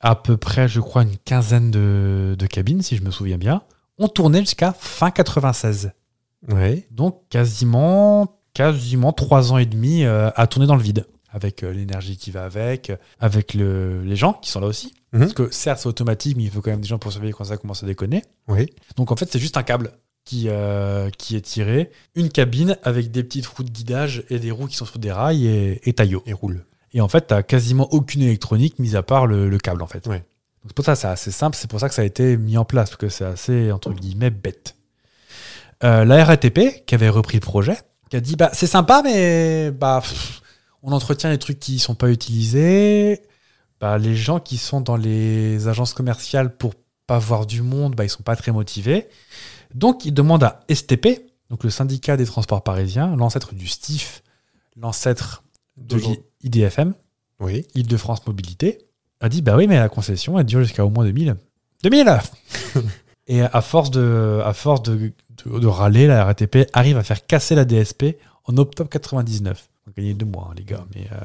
S3: à peu près, je crois, une quinzaine de, de cabines, si je me souviens bien, ont tourné jusqu'à fin 96.
S4: Ouais.
S3: Donc, quasiment, quasiment trois ans et demi euh, à tourner dans le vide. Avec euh, l'énergie qui va avec, euh, avec le- les gens qui sont là aussi.
S4: Mhm.
S3: Parce que certes, c'est automatique, mais il faut quand même des gens pour surveiller quand ça commence à déconner.
S4: Oui.
S3: Donc en fait, c'est juste un câble qui, euh, qui est tiré, une cabine avec des petites roues de guidage et des roues qui sont sur des rails et, et taillots.
S4: Et roule.
S3: Et en fait, t'as quasiment aucune électronique, mis à part le, le câble, en fait.
S4: Ouais.
S3: Donc c'est pour ça, c'est assez simple, c'est pour ça que ça a été mis en place, parce que c'est assez, entre guillemets, bête. Euh, la RATP, qui avait repris le projet, qui a dit, bah, c'est sympa, mais bah, pff, on entretient les trucs qui ne sont pas utilisés. Bah, les gens qui sont dans les agences commerciales pour pas voir du monde, bah, ils sont pas très motivés. Donc, ils demandent à STP, donc le syndicat des transports parisiens, l'ancêtre du STIF, l'ancêtre de
S4: Toujours.
S3: l'IDFM,
S4: Oui.
S3: Île-de-France Mobilité, a dit bah oui, mais la concession, elle dure jusqu'à au moins 2000. 2000 Et à force, de, à force de, de- de râler, la RATP arrive à faire casser la DSP en octobre 99. On a gagné deux mois, hein, les gars. Mais, euh,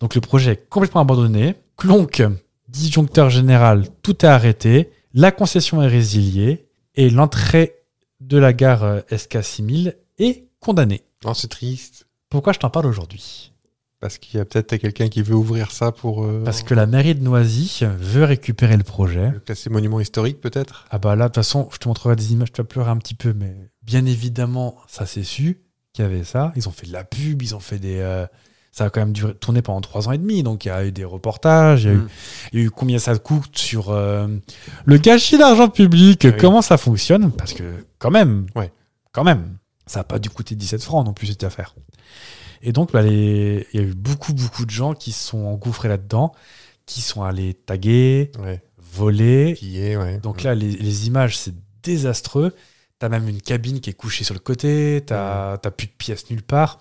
S3: Donc le projet est complètement abandonné. Clonk, disjoncteur général, tout est arrêté. La concession est résiliée. Et l'entrée de la gare euh, SK6000 est condamnée.
S4: Non, c'est triste.
S3: Pourquoi je t'en parle aujourd'hui
S4: Parce qu'il y a peut-être quelqu'un qui veut ouvrir ça pour euh,
S3: Parce que la mairie de Noisy veut récupérer le projet.
S4: le classer monument historique, peut-être.
S3: Ah bah là, de toute façon, je te montrerai des images, tu vas pleurer un petit peu, mais bien évidemment, ça s'est su qu'il y avait ça. Ils ont fait de la pub, ils ont fait des... euh, ça a quand même duré, tourné pendant trois ans et demi, donc il y a eu des reportages, il y a, eu,
S4: Mm.
S3: il y a eu combien ça coûte sur euh, le gâchis d'argent public,
S4: Oui.
S3: comment ça fonctionne, parce que quand même,
S4: Ouais.
S3: quand même, ça n'a pas dû coûter 17 francs non plus cette affaire. Et donc, bah, les- il y a eu beaucoup, beaucoup de gens qui se sont engouffrés là-dedans, qui sont allés taguer,
S4: Ouais.
S3: voler,
S4: Qui est, ouais.
S3: donc
S4: Ouais.
S3: là, les, les images, c'est désastreux. T'as même une cabine qui est couchée sur le côté, t'as t'as plus de pièces nulle part.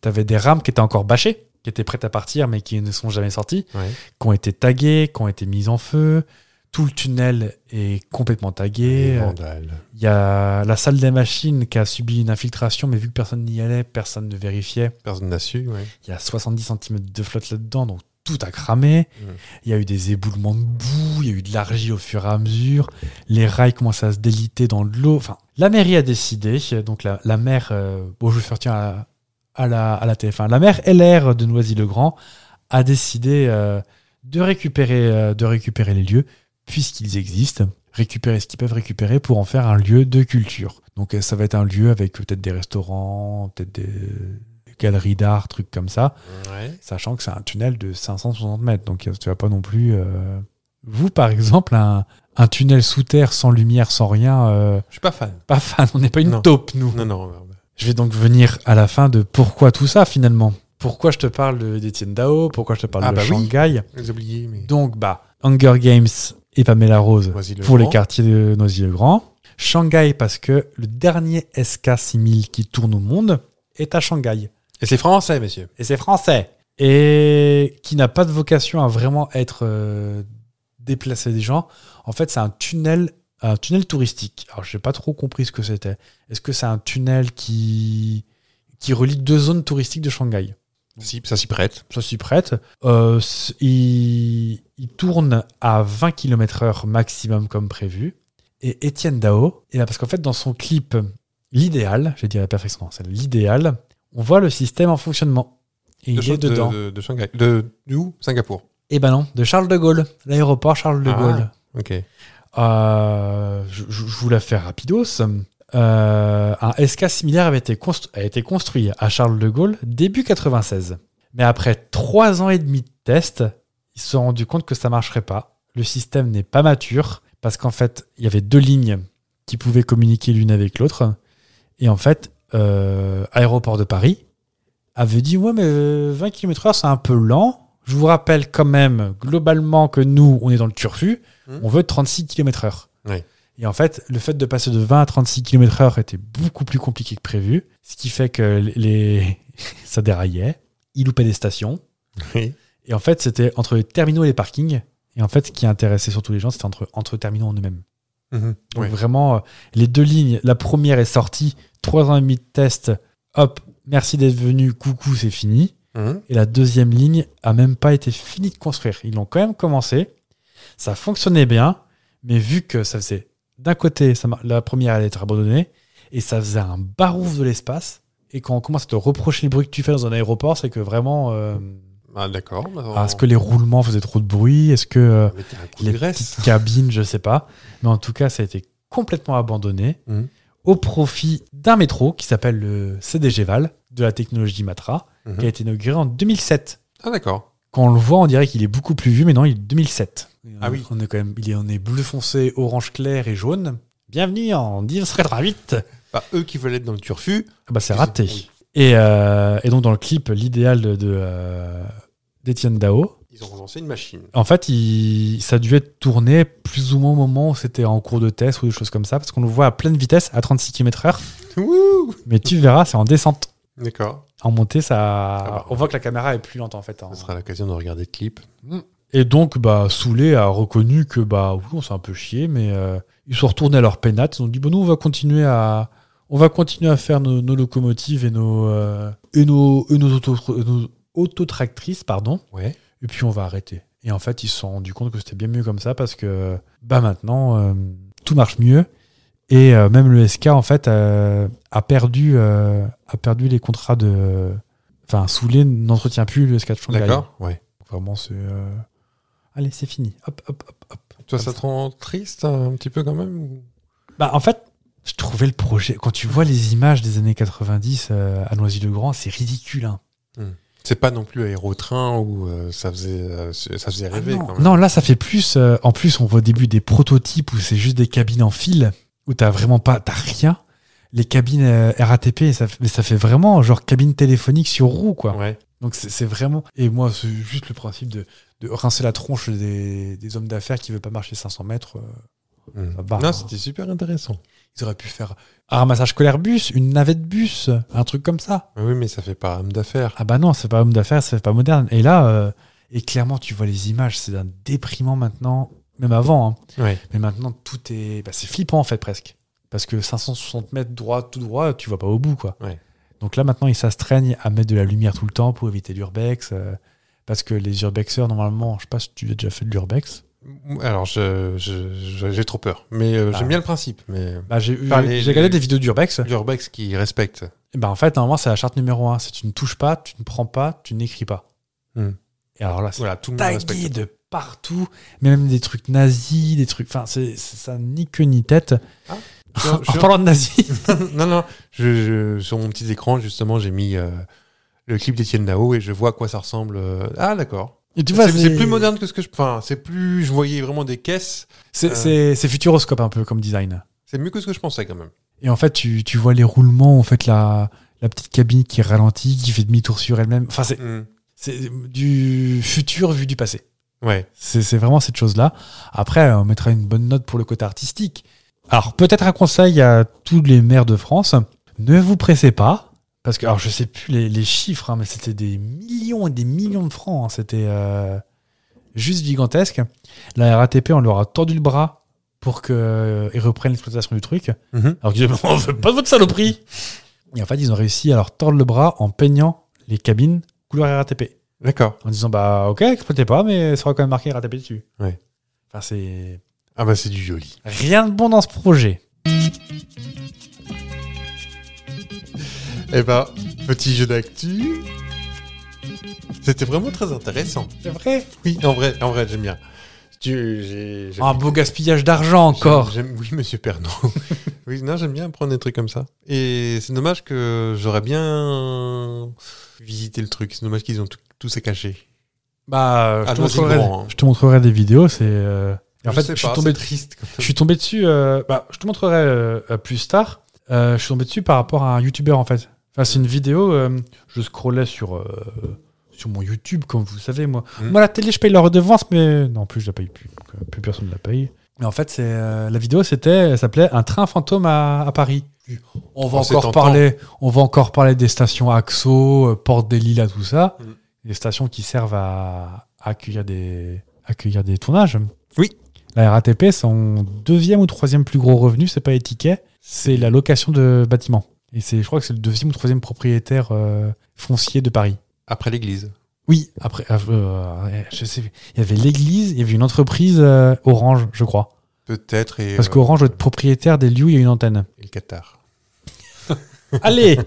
S3: T'avais des rames qui étaient encore bâchées, qui étaient prêtes à partir, mais qui ne sont jamais sorties,
S4: Ouais.
S3: qui ont été taguées, qui ont été mises en feu. Tout le tunnel est complètement
S4: Les
S3: tagué.
S4: vandales.
S3: Il y a la salle des machines qui a subi une infiltration, mais vu que personne n'y allait, personne ne vérifiait.
S4: Personne n'a su, ouais.
S3: Il y a 70 cm de flotte là-dedans, donc tout a cramé.
S4: Mm.
S3: Il y a eu des éboulements de boue, il y a eu de l'argile au fur et à mesure. Les rails commencent à se déliter dans de l'eau. Enfin, la mairie a décidé, donc la, la maire, euh, bon, je vais faire tiens à, à la, à la TF1, la maire LR de Noisy-le-Grand a décidé euh, de, récupérer, euh, de récupérer les lieux, puisqu'ils existent, récupérer ce qu'ils peuvent récupérer pour en faire un lieu de culture. Donc euh, ça va être un lieu avec peut-être des restaurants, peut-être des des galeries d'art, trucs comme ça
S4: Ouais.
S3: sachant que c'est un tunnel de 560 mètres. Donc euh, tu vas pas non plus. euh, Vous, par exemple, un, un tunnel sous terre sans lumière, sans rien, euh,
S4: Je suis pas fan.
S3: pas fan, on n'est pas une
S4: Non.
S3: taupe, nous.
S4: Non, non. bah, merde.
S3: Je vais donc venir à la fin de pourquoi tout ça, finalement. Pourquoi je te parle de- d'Étienne Dao, pourquoi je te parle
S4: Ah
S3: de
S4: bah oui.
S3: Shanghai.
S4: Les oubliés, mais.
S3: Donc, bah, Hunger Games et Pamela Rose
S4: Noisy-le-Grand.
S3: pour les quartiers de Noisy-le-Grand. Shanghai, parce que le dernier SK6000 qui tourne au monde est à Shanghai
S4: Et c'est français, messieurs.
S3: et c'est français et qui n'a pas de vocation à vraiment être euh, déplacé des gens. En fait, c'est un tunnel, un tunnel touristique. Alors, j'ai pas trop compris ce que c'était. Est-ce que c'est un tunnel qui qui relie deux zones touristiques de Shanghai
S4: Si, ça s'y prête.
S3: Je suis prête. Euh, c- il, il tourne à 20 km/h maximum comme prévu. Et Étienne Dao, et là, parce qu'en fait, dans son clip, l'idéal, j'ai dit à la perfection, non, c'est l'idéal, on voit le système en fonctionnement. Et il est
S4: Shan-
S3: dedans.
S4: De, de Shanghai. De, de où Singapour.
S3: Eh ben non, de Charles de Gaulle, l'aéroport Charles de
S4: Ah.
S3: Gaulle.
S4: Ok.
S3: Euh, je, je- je vous la fais rapidos. Euh, un SK similaire avait été constru- a été construit à Charles de Gaulle début 96. Mais après trois ans et demi de tests, ils se sont rendus compte que ça marcherait pas. Le système n'est pas mature parce qu'en fait, il y avait deux lignes qui pouvaient communiquer l'une avec l'autre. Et en fait, euh, Aéroport de Paris avait dit Ouais, mais euh, 20 km/h, c'est un peu lent. Je vous rappelle quand même, globalement, que nous, on est dans le turfu.
S4: Mhm.
S3: On veut 36 km/h.
S4: Oui.
S3: Et en fait, le fait de passer de 20 à 36 km/h était beaucoup plus compliqué que prévu. Ce qui fait que les... [LAUGHS] ça déraillait. Ils loupaient des stations.
S4: Oui.
S3: Et en fait, c'était entre les terminaux et les parkings. Et en fait, ce qui intéressait surtout les gens, c'était entre, entre terminaux en eux-mêmes.
S4: Mhm.
S3: Donc
S4: Ouais.
S3: vraiment, euh, les deux lignes, la première est sortie, trois ans et demi de test, hop, merci d'être venu, coucou, c'est fini.
S4: Mhm.
S3: Et la deuxième ligne a même pas été finie de construire. Ils l'ont quand même commencé, ça fonctionnait bien, mais vu que ça faisait, d'un côté, ça mar- la première allait être abandonnée, et ça faisait un barouf de l'espace, et quand on commence à te reprocher le bruit que tu fais dans un aéroport, c'est que vraiment... euh,
S4: Ah, d'accord. bah,
S3: ah,
S4: on-
S3: Est-ce que les roulements faisaient trop de bruit Est-ce que euh,
S4: on va mettre un coup de
S3: les
S4: graisse.
S3: petites cabines, je sais pas. Mais en tout cas, ça a été complètement abandonné
S4: Mhm.
S3: au profit d'un métro qui s'appelle le CDG Val de la technologie Matra,
S4: Mhm.
S3: qui a été inauguré en 2007.
S4: Ah, d'accord.
S3: Quand on le voit, on dirait qu'il est beaucoup plus vieux, mais non, il est 2007.
S4: Ah oui.
S3: On est quand même, il est, on est bleu foncé, orange clair et jaune. Bienvenue en 1988.
S4: Bah, eux qui veulent être dans le turfu.
S3: Ah Bah, c'est raté.
S4: Oui.
S3: Et, euh, et donc, dans le clip, l'idéal de- de, euh, d'Étienne Dao,
S4: Ils ont lancé une machine. [LAUGHS]
S3: en fait, il- ça a dû être tourné plus ou moins au moment où c'était en cours de test ou des choses comme ça, parce qu'on le voit à pleine vitesse, à 36 km/h.
S4: Wouh
S3: Mais tu verras, c'est en descente.
S4: D'accord.
S3: En montée, ça.
S4: Ah bah.
S3: On voit que la caméra est plus lente en fait. hein.
S4: Ça sera l'occasion de regarder le clip.
S3: Et donc, bah, Soulé a reconnu que bah, oui, on s'est un peu chié, mais euh, ils sont retournés à leur pénate. Ils ont dit bon, nous, on va continuer à, on va continuer à faire nos, nos locomotives et nos euh, et nos et nos, auto- nos autotractrices, pardon.
S4: Ouais.
S3: Et puis on va arrêter. Et en fait, ils se sont rendus compte que c'était bien mieux comme ça parce que bah maintenant, euh, tout marche mieux. Et euh, même le SK en fait euh, a perdu euh, a perdu les contrats de. Enfin, Soulé n'entretient plus le SK de Shanghai.
S4: D'accord. Ouais.
S3: Vraiment, c'est. euh, Allez, c'est fini. Hop, hop, hop, hop.
S4: Toi, ça te rend triste un petit peu quand même ou-
S3: Bah, en fait, je trouvais le projet. Quand tu vois les images des années 90 euh, à Noisy-le-Grand, c'est ridicule. hein.
S4: C'est pas non plus aérotrain où euh, ça faisait euh, ça faisait
S3: Ah
S4: rêver
S3: non.
S4: quand même.
S3: Non, là, ça fait plus. euh, en plus, on voit au début des prototypes où c'est juste des cabines en fil, où t'as vraiment pas. T'as rien. Les cabines euh, RATP, ça, fait- mais ça fait vraiment genre cabine téléphonique sur roue, quoi.
S4: Ouais.
S3: Donc c'est c'est vraiment. Et moi, c'est juste le principe de, de rincer la tronche des, des hommes d'affaires qui veulent pas marcher 500 mètres. euh,
S4: Mm.
S3: Ça va. hein.
S4: Non, c'était super intéressant.
S3: Ils auraient pu faire un ramassage scolaire bus, une navette bus, un truc comme ça.
S4: Ah Oui, mais ça fait pas homme d'affaires.
S3: Ah bah non, c'est pas homme d'affaires, c'est pas moderne. Et là, euh, et clairement, tu vois les images, c'est d'un déprimant maintenant, même avant. hein.
S4: Ouais.
S3: Mais maintenant, tout est. bah, c'est flippant en fait presque. Parce que 560 mètres droit, tout droit, tu vois pas au bout quoi.
S4: Ouais.
S3: Donc là maintenant, ils s'astreignent à mettre de la lumière tout le temps pour éviter l'urbex. euh, parce que les urbexeurs, normalement, je sais pas si tu as déjà fait de l'urbex.
S4: Alors, je- je- je- j'ai trop peur. Mais euh,
S3: Ah.
S4: j'aime bien le principe. Mais
S3: Bah, j'ai
S4: Enfin, les-
S3: j'ai regardé
S4: les-
S3: des vidéos d'urbex.
S4: l'urbex qui respecte.
S3: Eh ben, en fait, normalement, c'est la charte numéro 1. C'est tu ne touches pas, tu ne prends pas, tu n'écris pas.
S4: Hmm.
S3: Et alors là, c'est
S4: Voilà, tout le monde
S3: tagué
S4: respecte.
S3: de partout, mais même des trucs nazis, des trucs. Enfin, c'est c'est- ça ni queue ni tête.
S4: Ah. Je-
S3: [LAUGHS] en
S4: je-
S3: parlant de nazis,
S4: [LAUGHS] [LAUGHS] non, non. je- je- sur mon petit écran, justement, j'ai mis euh, le clip d'Étienne Dao et je vois à quoi ça ressemble. euh, Ah, d'accord.
S3: Et tu vois,
S4: C'est c'est plus moderne que ce que je. Enfin, c'est plus. Je voyais vraiment des caisses.
S3: C'est c'est- c'est futuroscope un peu comme design.
S4: C'est mieux que ce que je pensais quand même.
S3: Et en fait, tu, tu vois les roulements, en fait, la, la petite cabine qui ralentit, qui fait demi-tour sur elle-même. Enfin, c'est-
S4: Mm.
S3: c'est du futur vu du passé.
S4: Ouais.
S3: C'est c'est vraiment cette chose-là. Après, on mettra une bonne note pour le côté artistique. Alors, peut-être un conseil à tous les maires de France ne vous pressez pas. Parce que, alors, je sais plus les, les chiffres, hein, mais c'était des millions et des millions de francs. hein. C'était euh, juste gigantesque. La RATP, on leur a tordu le bras pour qu'ils reprennent l'exploitation du truc.
S4: Mhm.
S3: Alors qu'ils disaient, [LAUGHS] on veut pas de votre saloperie. Et en fait, ils ont réussi à leur tordre le bras en peignant les cabines couleur RATP
S4: D'accord.
S3: en disant bah ok exploitez pas mais ça aura quand même marqué RATP dessus
S4: Ouais.
S3: enfin c'est
S4: Ah, bah, c'est du joli.
S3: rien de bon dans ce projet
S4: Eh bah, petit jeu d'actu. C'était vraiment très intéressant.
S3: c'est vrai
S4: Oui, en vrai, en vrai, j'aime bien. Tu- j'ai- j'ai-
S3: Ah, un beau gaspillage d'argent encore
S4: J'aime- j'aime- oui, monsieur Pernod. [LAUGHS] oui, non, j'aime bien prendre des trucs comme ça. Et c'est dommage que j'aurais bien visité le truc. C'est dommage qu'ils ont tout, tout caché.
S3: bah je,
S4: Ah,
S3: te
S4: non,
S3: montrerai,
S4: c'est grand, hein.
S3: je te montrerai des vidéos c'est euh, et en fait
S4: sais
S3: je suis
S4: pas,
S3: tombé
S4: c'est triste. quand
S3: je
S4: même.
S3: suis tombé dessus euh, bah je te montrerai euh, euh, plus tard Euh, je suis tombé dessus par rapport à un youtubeur en fait enfin c'est une vidéo euh, je scrollais sur euh, sur mon YouTube, comme vous savez, moi.
S4: Mhm.
S3: Moi, la télé, je paye la redevance, mais non, en plus, je la paye plus. donc, euh, Plus personne ne la paye. Mais en fait, c'est euh, la vidéo, c'était, elle s'appelait Un train fantôme à, à Paris. On va
S4: Oh, c'est
S3: encore
S4: tentant.
S3: parler, on va encore parler des stations Axo, euh, Porte des Lilas, tout ça,
S4: Mhm.
S3: des stations qui servent à, à accueillir des accueillir des tournages.
S4: Oui.
S3: La RATP, son deuxième ou troisième plus gros revenu, c'est pas les tickets, c'est la location de bâtiments. Et c'est, je crois que c'est le deuxième ou troisième propriétaire euh, foncier de Paris.
S4: Après l'église.
S3: Oui, après, euh, euh, je sais, il y avait l'église, il y avait une entreprise euh, Orange, je crois.
S4: Peut-être. Et,
S3: Parce
S4: euh,
S3: qu'Orange doit être propriétaire des lieux où il y a une antenne.
S4: [LAUGHS] et le Qatar.
S3: Allez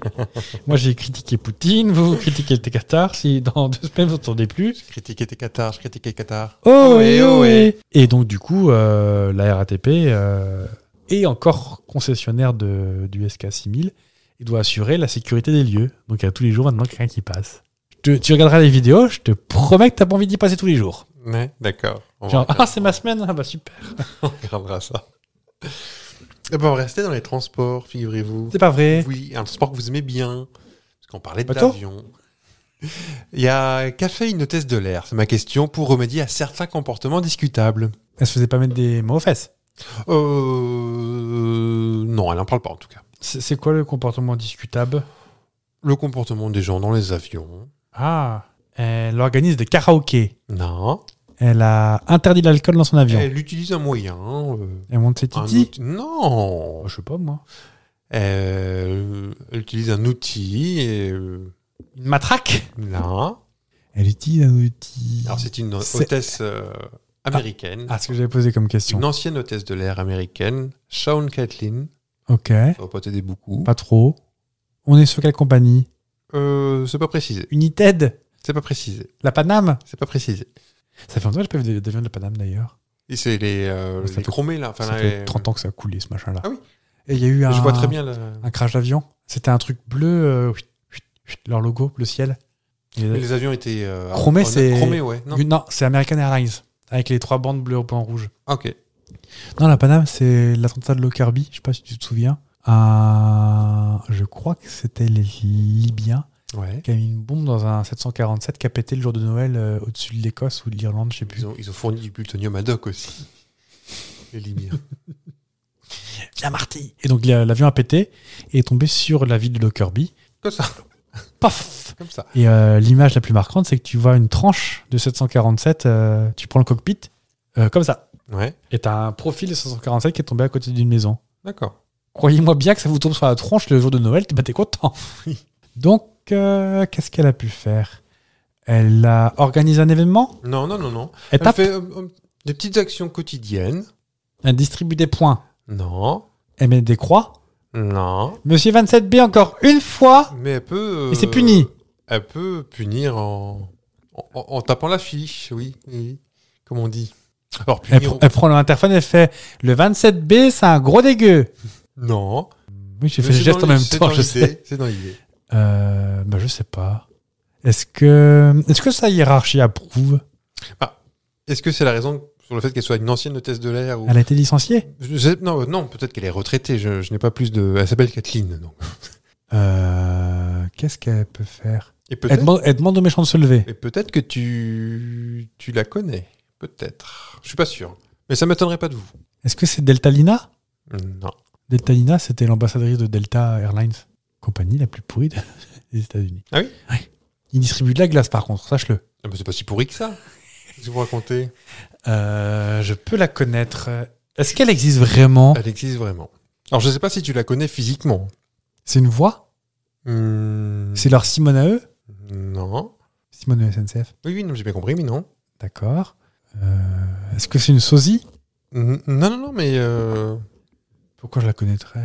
S3: Moi j'ai critiqué Poutine, vous, vous critiquez le Qatar, si dans deux semaines vous n'entendez plus.
S4: Je critiquais tes Qatar, je critiquais Qatar.
S3: Oh,
S4: Ohé,
S3: et, oh,
S4: ohé.
S3: et donc du coup, euh, la RATP euh, est encore concessionnaire de, du SK6000 et doit assurer la sécurité des lieux. Donc il y a tous les jours maintenant quelqu'un qui passe. Je te- tu regarderas les vidéos, je te promets que t'as pas envie d'y passer tous les jours.
S4: Ouais, d'accord. On va
S3: Genre,
S4: regarder-
S3: ah c'est ma semaine, ah bah super
S4: on [LAUGHS] regardera ça. Eh ben, on restait dans les transports, figurez-vous.
S3: C'est pas vrai.
S4: Oui, un transport que vous aimez bien. Parce qu'on parlait
S3: Bateau
S4: d'avion. Il y a caféine hôtesse de l'air, c'est ma question, pour remédier à certains comportements discutables.
S3: Elle se faisait pas mettre des mots aux fesses.
S4: Euh, non, elle n'en parle pas en tout cas.
S3: C'est c'est quoi le comportement discutable
S4: Le comportement des gens dans les avions.
S3: Ah, elle organise des karaokés.
S4: Non.
S3: Elle a interdit l'alcool dans son avion. Elle,
S4: Elle utilise un moyen. euh,
S3: monte ses
S4: un
S3: titis.
S4: outil- Non.
S3: Oh, je sais pas, moi.
S4: Elle, elle utilise un outil. Et, euh,
S3: Une matraque
S4: là.
S3: Elle utilise un outil.
S4: Alors c'est une
S3: C'est-
S4: hôtesse euh, américaine.
S3: Ah, ce que j'avais posé comme question.
S4: Une ancienne hôtesse de l'air américaine, Shawn Caitlin.
S3: Ok,
S4: Ça va pas t'aider beaucoup.
S3: pas trop. On est sur quelle compagnie
S4: Euh, c'est pas précisé.
S3: United
S4: C'est pas précisé.
S3: La Paname
S4: C'est pas précisé.
S3: Ça fait longtemps que j'ai pas vu de- d'avion de la Paname, d'ailleurs.
S4: Et c'est les, euh, les
S3: Ça fait-
S4: chromés là. Enfin,
S3: ça
S4: là,
S3: fait Ah.
S4: les-
S3: 30 ans que ça a coulé, ce machin-là.
S4: Ah oui.
S3: Et il y a eu un,
S4: Je vois très bien. la-
S3: un crash d'avion. C'était un truc bleu, euh, huit, huit, huit, leur logo, le ciel. Et-
S4: Mais Les avions étaient. euh,
S3: Chromés,
S4: en-
S3: c'est-
S4: Chromés, ouais. Non.
S3: non, c'est American Airlines, avec les trois bandes bleues, blanc, rouge.
S4: Ok.
S3: Non, la Paname, c'est l'attentat de Lockerbie, je sais pas si tu te souviens. Un- je crois que c'était les Libyens.
S4: Ouais.
S3: qui a mis une bombe dans un 747 qui a pété le jour de Noël euh, au-dessus de l'Écosse ou de l'Irlande, je sais plus.
S4: Ils ont, ils ont fourni du plutonium à Doc aussi. Les
S3: [LAUGHS]
S4: Libyens.
S3: Viens Marty Et donc l'a- l'avion a pété et est tombé sur la ville de Lockerbie.
S4: Comme ça.
S3: Paf
S4: Comme ça.
S3: Et euh, l'image la plus marquante, c'est que tu vois une tranche de 747, euh, tu prends le cockpit, euh, comme ça.
S4: Ouais.
S3: Et t'as un profil de 747 qui est tombé à côté d'une maison.
S4: D'accord.
S3: Croyez-moi bien que ça vous tombe sur la tronche le jour de Noël, t'es- bah, t'es content. [LAUGHS] Donc, euh, qu'est-ce qu'elle a pu faire Elle a organisé un événement
S4: Non, non, non, non.
S3: Elle
S4: Elle
S3: tape,
S4: fait euh, euh, des petites actions quotidiennes.
S3: elle distribue des points,
S4: Non.
S3: elle met des croix,
S4: Non.
S3: Monsieur 27B, encore une fois
S4: Mais elle peut.
S3: Et c'est
S4: euh,
S3: puni.
S4: Elle peut punir en, en, en- en tapant l'affiche, oui, oui. Comme on dit. Alors,
S3: elle,
S4: punir.
S3: pr- elle prend l'interphone, elle fait Le 27B, c'est un gros dégueu
S4: Non.
S3: Oui, j'ai
S4: Mais
S3: fait le
S4: c'est
S3: geste
S4: dans
S3: en même
S4: l'idée, c'est
S3: temps,
S4: dans
S3: je
S4: l'idée,
S3: sais.
S4: C'est dans l'idée.
S3: Euh, bah, je sais pas. Est-ce que, est-ce que sa hiérarchie approuve
S4: Est-ce que c'est la raison sur le fait qu'elle soit une ancienne hôtesse de l'air ou...
S3: Elle a été licenciée
S4: Je sais- Non, euh, non peut-être qu'elle est retraitée. Je, je n'ai pas plus de. Elle s'appelle Kathleen. Donc.
S3: Euh, Qu'est-ce qu'elle peut faire
S4: Et
S3: elle
S4: peut-être
S3: demande, elle demande aux méchants de se lever.
S4: et peut-être que tu, tu la connais. Peut-être. Je suis pas sûr. Mais ça m'étonnerait pas de vous.
S3: Est-ce que c'est Deltalina
S4: Non.
S3: Deltalina, c'était l'ambassadrice de Delta Airlines, compagnie la plus pourrie de- [LAUGHS] des États-Unis.
S4: Ah oui
S3: Ouais. Ils distribuent de la glace, par contre, sache-le.
S4: Ah, mais c'est pas si pourri que ça. Qu'est-ce que vous racontez
S3: Euh, je peux la connaître. Est-ce qu'elle existe vraiment
S4: Elle existe vraiment. Alors, je sais pas si tu la connais physiquement.
S3: C'est une voix
S4: Hmm,
S3: C'est leur Simone à eux
S4: Non.
S3: Simone de SNCF.
S4: Oui, oui, non, j'ai bien compris, mais non.
S3: D'accord. Euh, Est-ce que c'est une sosie
S4: N- Hmm, Non, non, non, mais euh,
S3: Pourquoi je la connaîtrais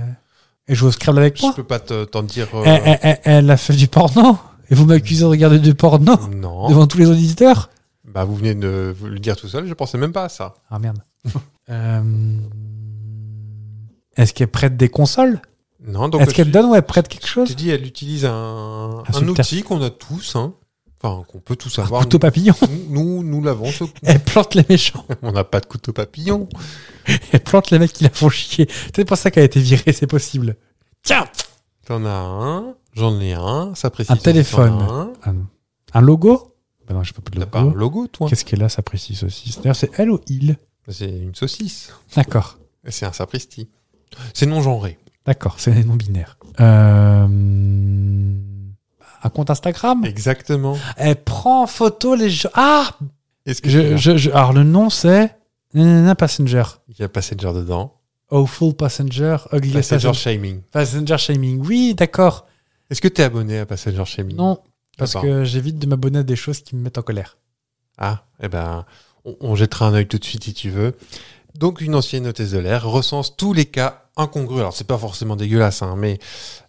S3: Elle joue au Scrabble avec
S4: je
S3: moi
S4: peux pas te- t'en dire. euh,
S3: elle, elle- elle- elle a fait du porno Et vous m'accusez de regarder du porno
S4: Non.
S3: oh, Devant tous les auditeurs
S4: Bah, vous venez de vous le dire tout seul, je pensais même pas à ça. [LAUGHS]
S3: Ah merde. Euh, Est-ce qu'elle prête des consoles
S4: Non, donc.
S3: Est-ce qu'elle
S4: tu-
S3: donne ou elle prête quelque
S4: Tu
S3: chose
S4: dis, elle utilise un,
S3: Un
S4: un
S3: subterfuge.
S4: outil qu'on a tous, hein. Enfin, qu'on peut tous
S3: Un
S4: avoir.
S3: Ah, couteau papillon
S4: Nous, nous, nous l'avons.
S3: [LAUGHS]
S4: ce-
S3: Elle plante les
S4: [LAUGHS]
S3: méchants
S4: On n'a pas de couteau papillon.
S3: Elle plante les mecs qui la font chier C'est pour ça qu'elle a été virée, c'est possible. Tiens
S4: T'en as un, j'en ai un, ça précise.
S3: Un téléphone.
S4: t'en as un.
S3: Un, Ah un logo Bah non, je peux pas de
S4: T'as pas un
S3: logo.
S4: logo, toi
S3: Qu'est-ce qu'elle a, ça précise aussi D'ailleurs, c'est elle ou il
S4: C'est une saucisse.
S3: D'accord,
S4: Et C'est un sapristi. C'est non-genré.
S3: d'accord, c'est non binaire. Euh, un compte Instagram
S4: Exactement.
S3: Elle prend en photo les gens. Ah
S4: Est-ce que
S3: je, je- je- Alors, le nom, c'est. Nanana Passenger.
S4: il y a Passenger dedans
S3: Awful Passenger. Ugly
S4: Passenger
S3: Passenger.
S4: Shaming.
S3: Passenger Shaming. Oui, d'accord.
S4: Est-ce que t'es abonné à Passenger Shaming
S3: Non, parce
S4: D'accord.
S3: que j'évite de m'abonner à des choses qui me mettent en colère.
S4: Ah, eh ben, on, on jettera un œil tout de suite si tu veux. Donc, une ancienne hôtesse de l'air recense tous les cas incongrus. Alors, c'est pas forcément dégueulasse, hein, mais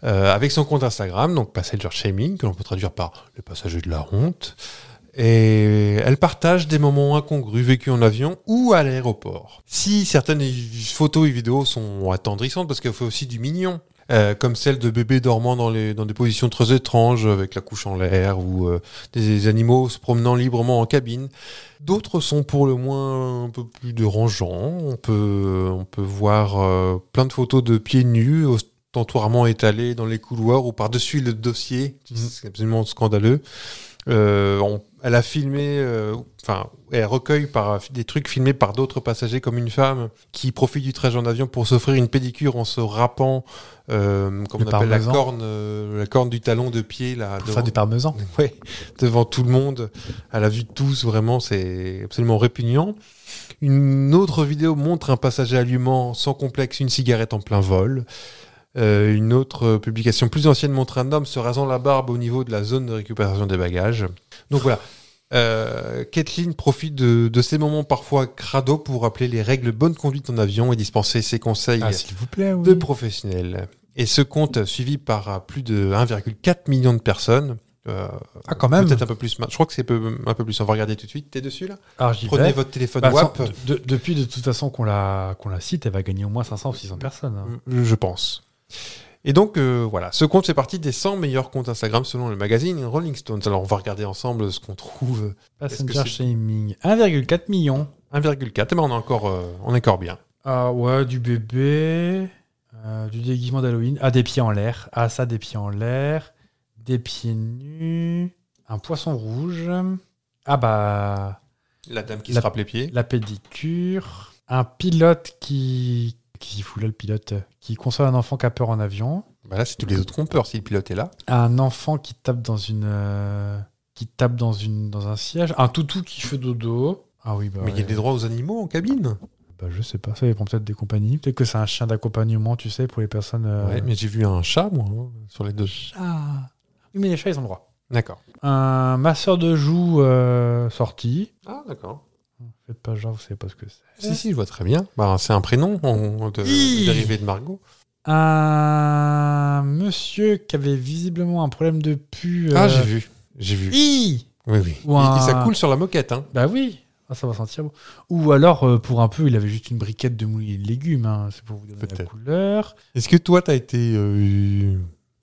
S4: euh, avec son compte Instagram, donc Passenger Shaming, que l'on peut traduire par le passager de la honte. Et elle partage des moments incongrus vécus en avion ou à l'aéroport. Si certaines i- photos et vidéos sont attendrissantes, parce qu'elle fait aussi du mignon, euh, comme celle de bébés dormant dans, les, dans des positions très étranges, avec la couche en l'air, ou euh, des animaux se promenant librement en cabine. D'autres sont pour le moins un peu plus dérangeants. On peut, on peut voir euh, plein de photos de pieds nus, au- tentoirement étalés dans les couloirs ou par-dessus le dossier.
S3: Mmh.
S4: C'est absolument scandaleux. Euh, on- elle a filmé, euh, enfin, elle recueille par, des trucs filmés par d'autres passagers, comme une femme qui profite du trajet en avion pour s'offrir une pédicure en se râpant, euh, comme
S3: Le
S4: on appelle la
S3: parmesan.
S4: corne, euh, la corne du talon de pied, là,
S3: Pour
S4: devant-
S3: faire du parmesan.
S4: [LAUGHS] Ouais, devant tout le monde, à la vue de tous, vraiment, c'est absolument répugnant. Une autre vidéo montre un passager allumant sans complexe une cigarette en plein vol. Euh, une autre euh, publication plus ancienne montre un homme se rasant la barbe au niveau de la zone de récupération des bagages. Donc voilà. Euh, Kathleen profite de, de ces moments parfois crado pour rappeler les règles bonne conduite en avion et dispenser ses conseils
S3: Ah, s'il vous plaît, oui.
S4: de professionnels. Et ce compte, suivi par euh, plus de 1,4 million de personnes, euh,
S3: Ah, quand même.
S4: Peut-être un peu plus. ma- Je crois que c'est peu- un peu plus. On va regarder tout de suite. T'es dessus là
S3: Alors, j'y
S4: Prenez
S3: vais.
S4: votre téléphone
S3: Bah,
S4: WAP,
S3: sans- de- de- depuis, de toute façon, qu'on la, qu'on la cite, elle va gagner au moins 500 ou 600 personnes. hein.
S4: je je pense. Et donc euh, voilà, ce compte fait partie des 100 meilleurs comptes Instagram selon le magazine Rolling Stones. Alors on va regarder ensemble ce qu'on trouve. Est-ce
S3: Passenger
S4: que c'est-
S3: shaming. 1,4 million.
S4: 1,4. Eh ben, on est encore, euh, on est encore bien.
S3: Ah ouais, du bébé, euh, du déguisement d'Halloween. Ah, des pieds en l'air. Ah, ça, des pieds en l'air. Des pieds nus. Un poisson rouge. Ah bah,
S4: La dame qui
S3: La-
S4: se frappe les pieds.
S3: la pédicure. Un pilote qui. Qui fout là le pilote euh, Qui console un enfant qui a peur en avion.
S4: Bah, là, c'est tous les autres trompeurs si le pilote est là.
S3: Un enfant qui tape dans une. euh, qui tape dans, une, dans un siège. Un toutou qui fait dodo. Ah oui, bah.
S4: Mais il y a
S3: ouais.
S4: des droits aux animaux en cabine.
S3: Bah, je sais pas, ça dépend peut-être des compagnies. Peut-être que c'est un chien d'accompagnement, tu sais, pour les personnes. euh,
S4: Ouais, mais j'ai vu un chat moi hein, sur les deux. chats.
S3: Ah. Oui, mais les chats, ils ont le droit.
S4: D'accord.
S3: Un masseur de joues euh, sorti.
S4: Ah d'accord.
S3: Faites pas genre, vous savez pas ce que c'est.
S4: Si si, je vois très bien. Bah, c'est un prénom on, de,
S3: Hi.
S4: dérivé de Margot.
S3: Un monsieur qui avait visiblement un problème de pu.
S4: Ah
S3: euh,
S4: j'ai vu, j'ai vu.
S3: hi
S4: Oui, oui.
S3: Ou
S4: Et-
S3: un-
S4: et ça coule sur la moquette. Hein.
S3: Bah oui, Ah, ça va sentir bon. Ou alors, euh, pour un peu, il avait juste une briquette de mouillé de légumes. hein. C'est pour vous donner la
S4: Peut-être.
S3: couleur.
S4: Est-ce que toi, t'as été euh,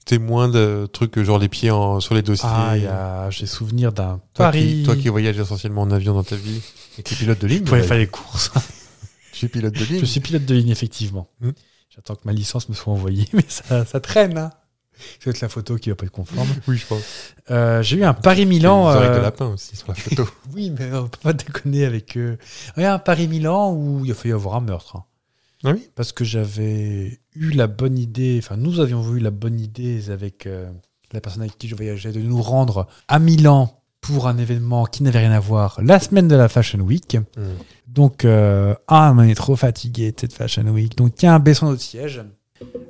S4: témoin de trucs euh, genre les pieds en- sur les dossiers
S3: Ah, il y a- j'ai souvenir d'un
S4: toi,
S3: Paris.
S4: Qui, toi qui voyages essentiellement en avion dans ta vie et qui es pilote de ligne.
S3: Pour aller
S4: bah,
S3: faire les courses.
S4: Je suis pilote de ligne.
S3: [LAUGHS] Je suis pilote de ligne, effectivement.
S4: Hmm.
S3: J'attends que ma licence me soit envoyée, [LAUGHS] mais ça, ça traîne. Hein. C'est peut-être la photo qui va pas être conforme.
S4: Oui, je pense.
S3: Euh, J'ai eu un
S4: Milan.
S3: Paris-Milan.
S4: Les oreilles
S3: euh,
S4: de lapin aussi sur la photo.
S3: Oui, mais on peut pas déconner avec eux. Il y a un Paris-Milan où il a failli avoir un meurtre. hein.
S4: Ah oui
S3: Parce que j'avais eu la bonne idée, enfin nous avions eu la bonne idée avec euh, la personne avec qui je voyageais de nous rendre à Milan pour un événement qui n'avait rien à voir la semaine de la Fashion Week.
S4: Mm.
S3: Donc, euh, ah, mais on est trop fatigué de cette Fashion Week. Donc, tiens, baissons notre siège.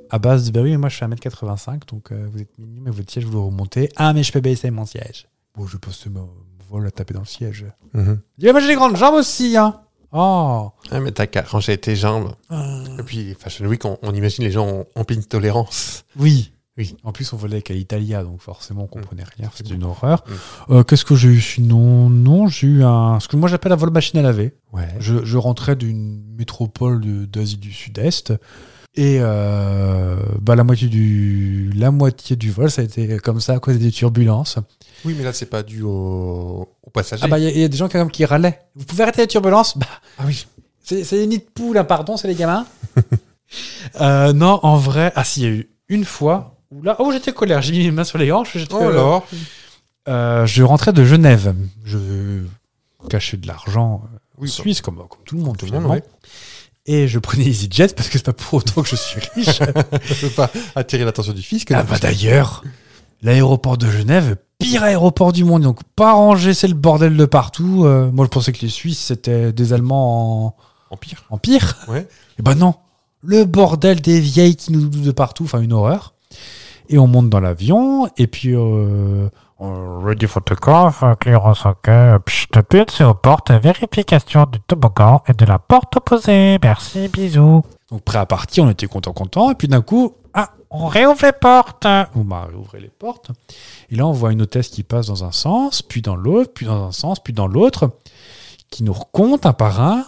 S3: À base de, bah oui, mais moi je suis 1m85, donc euh, vous êtes minime et votre siège, vous le remontez. Ah, mais je peux baisser mon siège. Bon, je passe mon vol à taper dans le siège.
S4: Mhm.
S3: Il dit, Ah, mais j'ai des grandes jambes aussi, hein. Oh.
S4: Ah, mais t'as qu'à ranger tes jambes. Et puis, Fashion Week, on, on imagine les gens en- en pleine tolérance.
S3: Oui.
S4: Oui. Mm.
S3: En plus, on volait avec Alitalia, donc forcément, on comprenait rien.
S4: C'est
S3: C'était
S4: bon. Mm.
S3: une horreur. Euh, Qu'est-ce que j'ai eu sinon Non, j'ai eu un. Ce que moi j'appelle un vol machine à laver.
S4: Ouais.
S3: Je, je rentrais d'une métropole de- d'Asie du Sud-Est. Et euh, bah, la, moitié du, la moitié du vol, ça a été comme ça à cause des turbulences.
S4: Oui, mais là, c'est pas dû au, au passager.
S3: Ah, bah, il y a- il y, a des gens quand même qui râlaient. Vous pouvez arrêter les turbulences Bah,
S4: Ah oui.
S3: C'est c'est les nids de poules, hein, pardon, c'est
S4: [LAUGHS]
S3: les gamins. Euh, non, en vrai, ah si, il y a eu une fois où là, oh, j'étais colère, j'ai mis mes mains sur les hanches. j'étais
S4: Oh
S3: colère.
S4: alors
S3: Euh, je rentrais de Genève. Je cachais de l'argent euh, en
S4: Oui, bah,
S3: suisse, comme, comme tout le monde,
S4: tout le
S3: finalement.
S4: monde,
S3: Et je prenais EasyJet parce que c'est pas pour autant que je suis
S4: [LAUGHS]
S3: riche.
S4: Ça peut pas attirer l'attention du fisc.
S3: ah
S4: non
S3: bah d'ailleurs, l'aéroport de Genève, pire aéroport du monde. Donc pas rangé, c'est le bordel de partout. Euh, moi je pensais que les Suisses c'était des Allemands en,
S4: En pire.
S3: en pire.
S4: Ouais.
S3: Et ben non, le bordel des vieilles qui nous doublent de partout, enfin une horreur. Et on monte dans l'avion, et puis euh, on- ready for takeoff, clearance ok, pchit, tapez dessus aux portes, vérification du toboggan et de la porte opposée, merci, bisous. Donc prêt à partir, on était content, content, et puis d'un coup, ah, on réouvre les portes. On m'a réouvré les portes, et là on voit une hôtesse qui passe dans un sens, puis dans l'autre, puis dans un sens, puis dans l'autre, qui nous recompte un par un,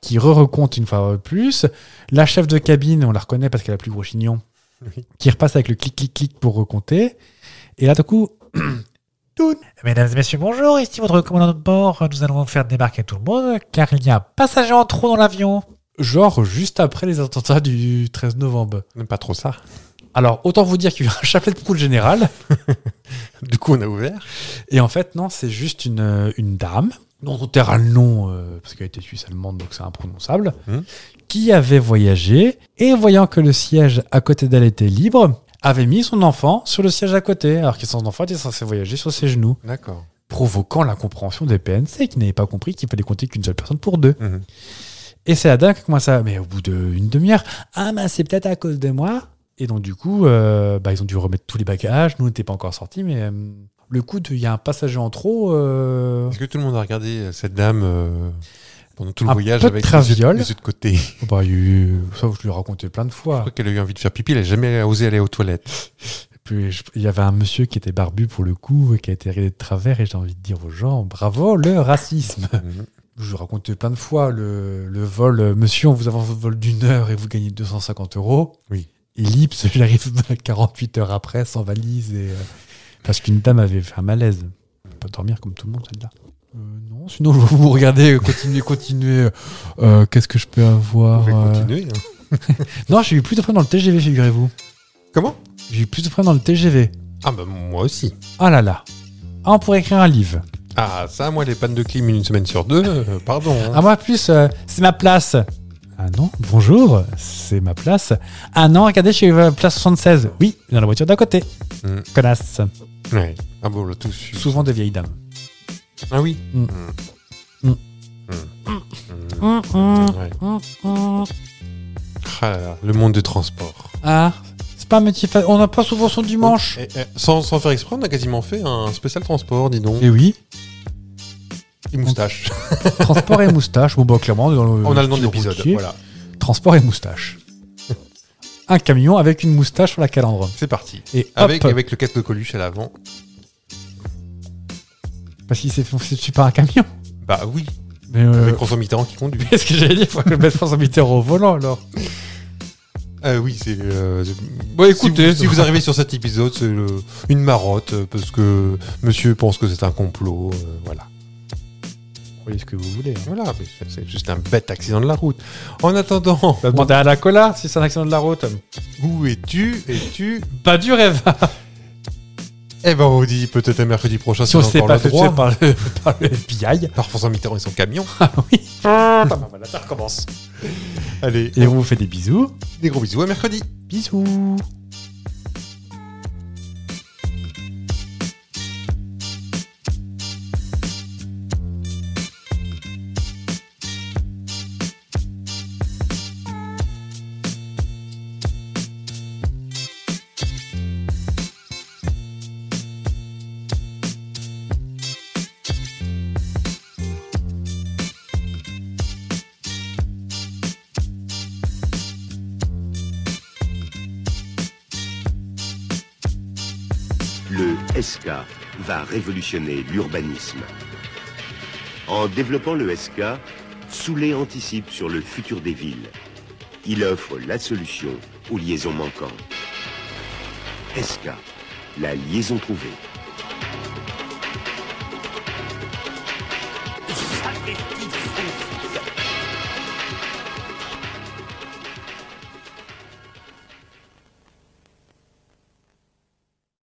S3: qui re-recompte une fois plus. La chef de cabine, on la reconnaît parce qu'elle a plus gros chignon,
S4: Oui.
S3: qui repasse avec le clic-clic-clic pour recompter. Et là, d'un coup, [CLEARS THROAT] tout. Mesdames et messieurs, bonjour, ici votre commandant de bord. Nous allons faire débarquer tout le monde car il y a un passager en trop dans l'avion. Genre juste après les attentats du 13 novembre.
S4: Même pas trop ça.
S3: Alors, autant vous dire qu'il y a eu un chapelet de proue général.
S4: Du coup, on a ouvert.
S3: Et en fait, non, c'est juste une, euh, une dame, dont on taira le nom, euh, parce qu'elle était suisse-allemande, donc c'est imprononçable,
S4: Mhm.
S3: qui avait voyagé et voyant que le siège à côté d'elle était libre, avait mis son enfant sur le siège à côté, alors que son enfant était censé voyager sur ses genoux,
S4: D'accord.
S3: provoquant l'incompréhension des PNC qui n'avaient pas compris qu'il fallait compter qu'une seule personne pour deux.
S4: Mhm.
S3: Et c'est la dame qui commence à. Mais au bout d'une demi-heure, ah, mais c'est peut-être à cause de moi. Et donc, du coup, euh, bah, ils ont dû remettre tous les bagages. Nous, on n'était pas encore sortis, mais euh, le coup de. Il y a un passager en trop.
S4: [LAUGHS]
S3: euh,
S4: Est-ce que tout le monde a regardé euh, cette dame euh, pendant tout le
S3: Un
S4: voyage
S3: peu de
S4: avec
S3: traviole.
S4: les yeux de côté
S3: bah, il y a eu- Ça, je lui ai raconté plein de fois.
S4: Je crois qu'elle a eu envie de faire pipi, elle n'a jamais osé aller aux
S3: [LAUGHS]
S4: toilettes.
S3: Et puis, je- il y avait un monsieur qui était barbu pour le coup et qui a été ridé de travers. Et j'ai envie de dire aux gens bravo le racisme.
S4: Mhm.
S3: Je lui ai raconté plein de fois le, le vol. euh, Monsieur, on vous avance votre vol d'une heure et vous gagnez 250 euros.
S4: Oui.
S3: Ellipse, [LAUGHS] j'arrive 48 heures après sans valise. Et, euh, parce qu'une dame avait fait un malaise. Elle peut Pas dormir comme tout le monde, celle-là. Euh, non, sinon, [LAUGHS] je vais vous regarder, continuez, continuez. Euh, Qu'est-ce que je peux
S4: On
S3: avoir
S4: va
S3: euh,
S4: continuer. hein.
S3: Non, j'ai eu plus de problèmes dans le TGV, figurez-vous.
S4: Comment
S3: J'ai eu plus de problèmes dans le TGV.
S4: Ah bah moi aussi.
S3: Ah là là. Ah, on pourrait écrire un livre.
S4: Ah ça, moi les pannes de clim une semaine sur deux, euh, pardon. hein.
S3: Ah, moi, plus, euh, c'est ma place. Ah non, bonjour, c'est ma place. Ah non, regardez, je suis euh, place 76. Oui, dans la voiture d'à côté.
S4: Mm.
S3: Connasse.
S4: Ouais. Ah bon, là tout su-
S3: Souvent des vieilles dames.
S4: Ah oui.
S3: Mm.
S4: Mm.
S3: Mm.
S4: Mm. Ouais. Ah là là, le monde du transport.
S3: Ah, c'est pas un métier fa- On n'a pas souvent son dimanche.
S4: Eh, eh, sans, sans faire exprès, on a quasiment fait un spécial transport, dis donc.
S3: Et oui,
S4: Et moustache.
S3: [LAUGHS] transport et moustache. Bon, bah, clairement, on est dans le,
S4: on a le nom de
S3: style
S4: l'épisode.
S3: routier.
S4: Voilà.
S3: Transport
S4: [LAUGHS]
S3: et moustache. un camion avec une moustache sur la calandre.
S4: C'est parti.
S3: Et hop,
S4: Avec, avec le casque de Coluche à l'avant.
S3: parce qu'il s'est fait dessus par un camion.
S4: Bah oui.
S3: Mais euh,
S4: Avec François Mitterrand qui conduit.
S3: [LAUGHS] qu'est-ce que j'allais dire Faut que je mette François Mitterrand au volant alors.
S4: Ah oui, c'est. euh, c'est-
S3: Bon,
S4: si vous- si vous,
S3: [LAUGHS]
S4: arrivez sur cet épisode, c'est le- une marotte euh, parce que Monsieur pense que c'est un complot. euh, voilà.
S3: Croyez ce que vous voulez. hein.
S4: Voilà. mais c'est- C'est juste un bête accident de la route. En attendant,
S3: Bah, demandez à [LAUGHS] la cola si c'est un accident de la route.
S4: où es-tu Es-tu
S3: Pas du rêve.
S4: Eh ben, on vous dit peut-être à mercredi prochain
S3: Si on
S4: c'est
S3: s'est
S4: encore
S3: pas
S4: le
S3: fait
S4: droit. hein.
S3: tuer par le, [LAUGHS] par le FBI.
S4: Par François Mitterrand et son
S3: [LAUGHS]
S4: camion. Ah, bah,
S3: voilà, ça recommence.
S4: Allez,
S3: Et on vous fait des bisous.
S4: des gros bisous à mercredi.
S3: Bisous.
S2: Le SK va révolutionner l'urbanisme. En développant le SK, Soulet anticipe sur le futur des villes. Il offre la solution aux liaisons manquantes. SK, la liaison trouvée.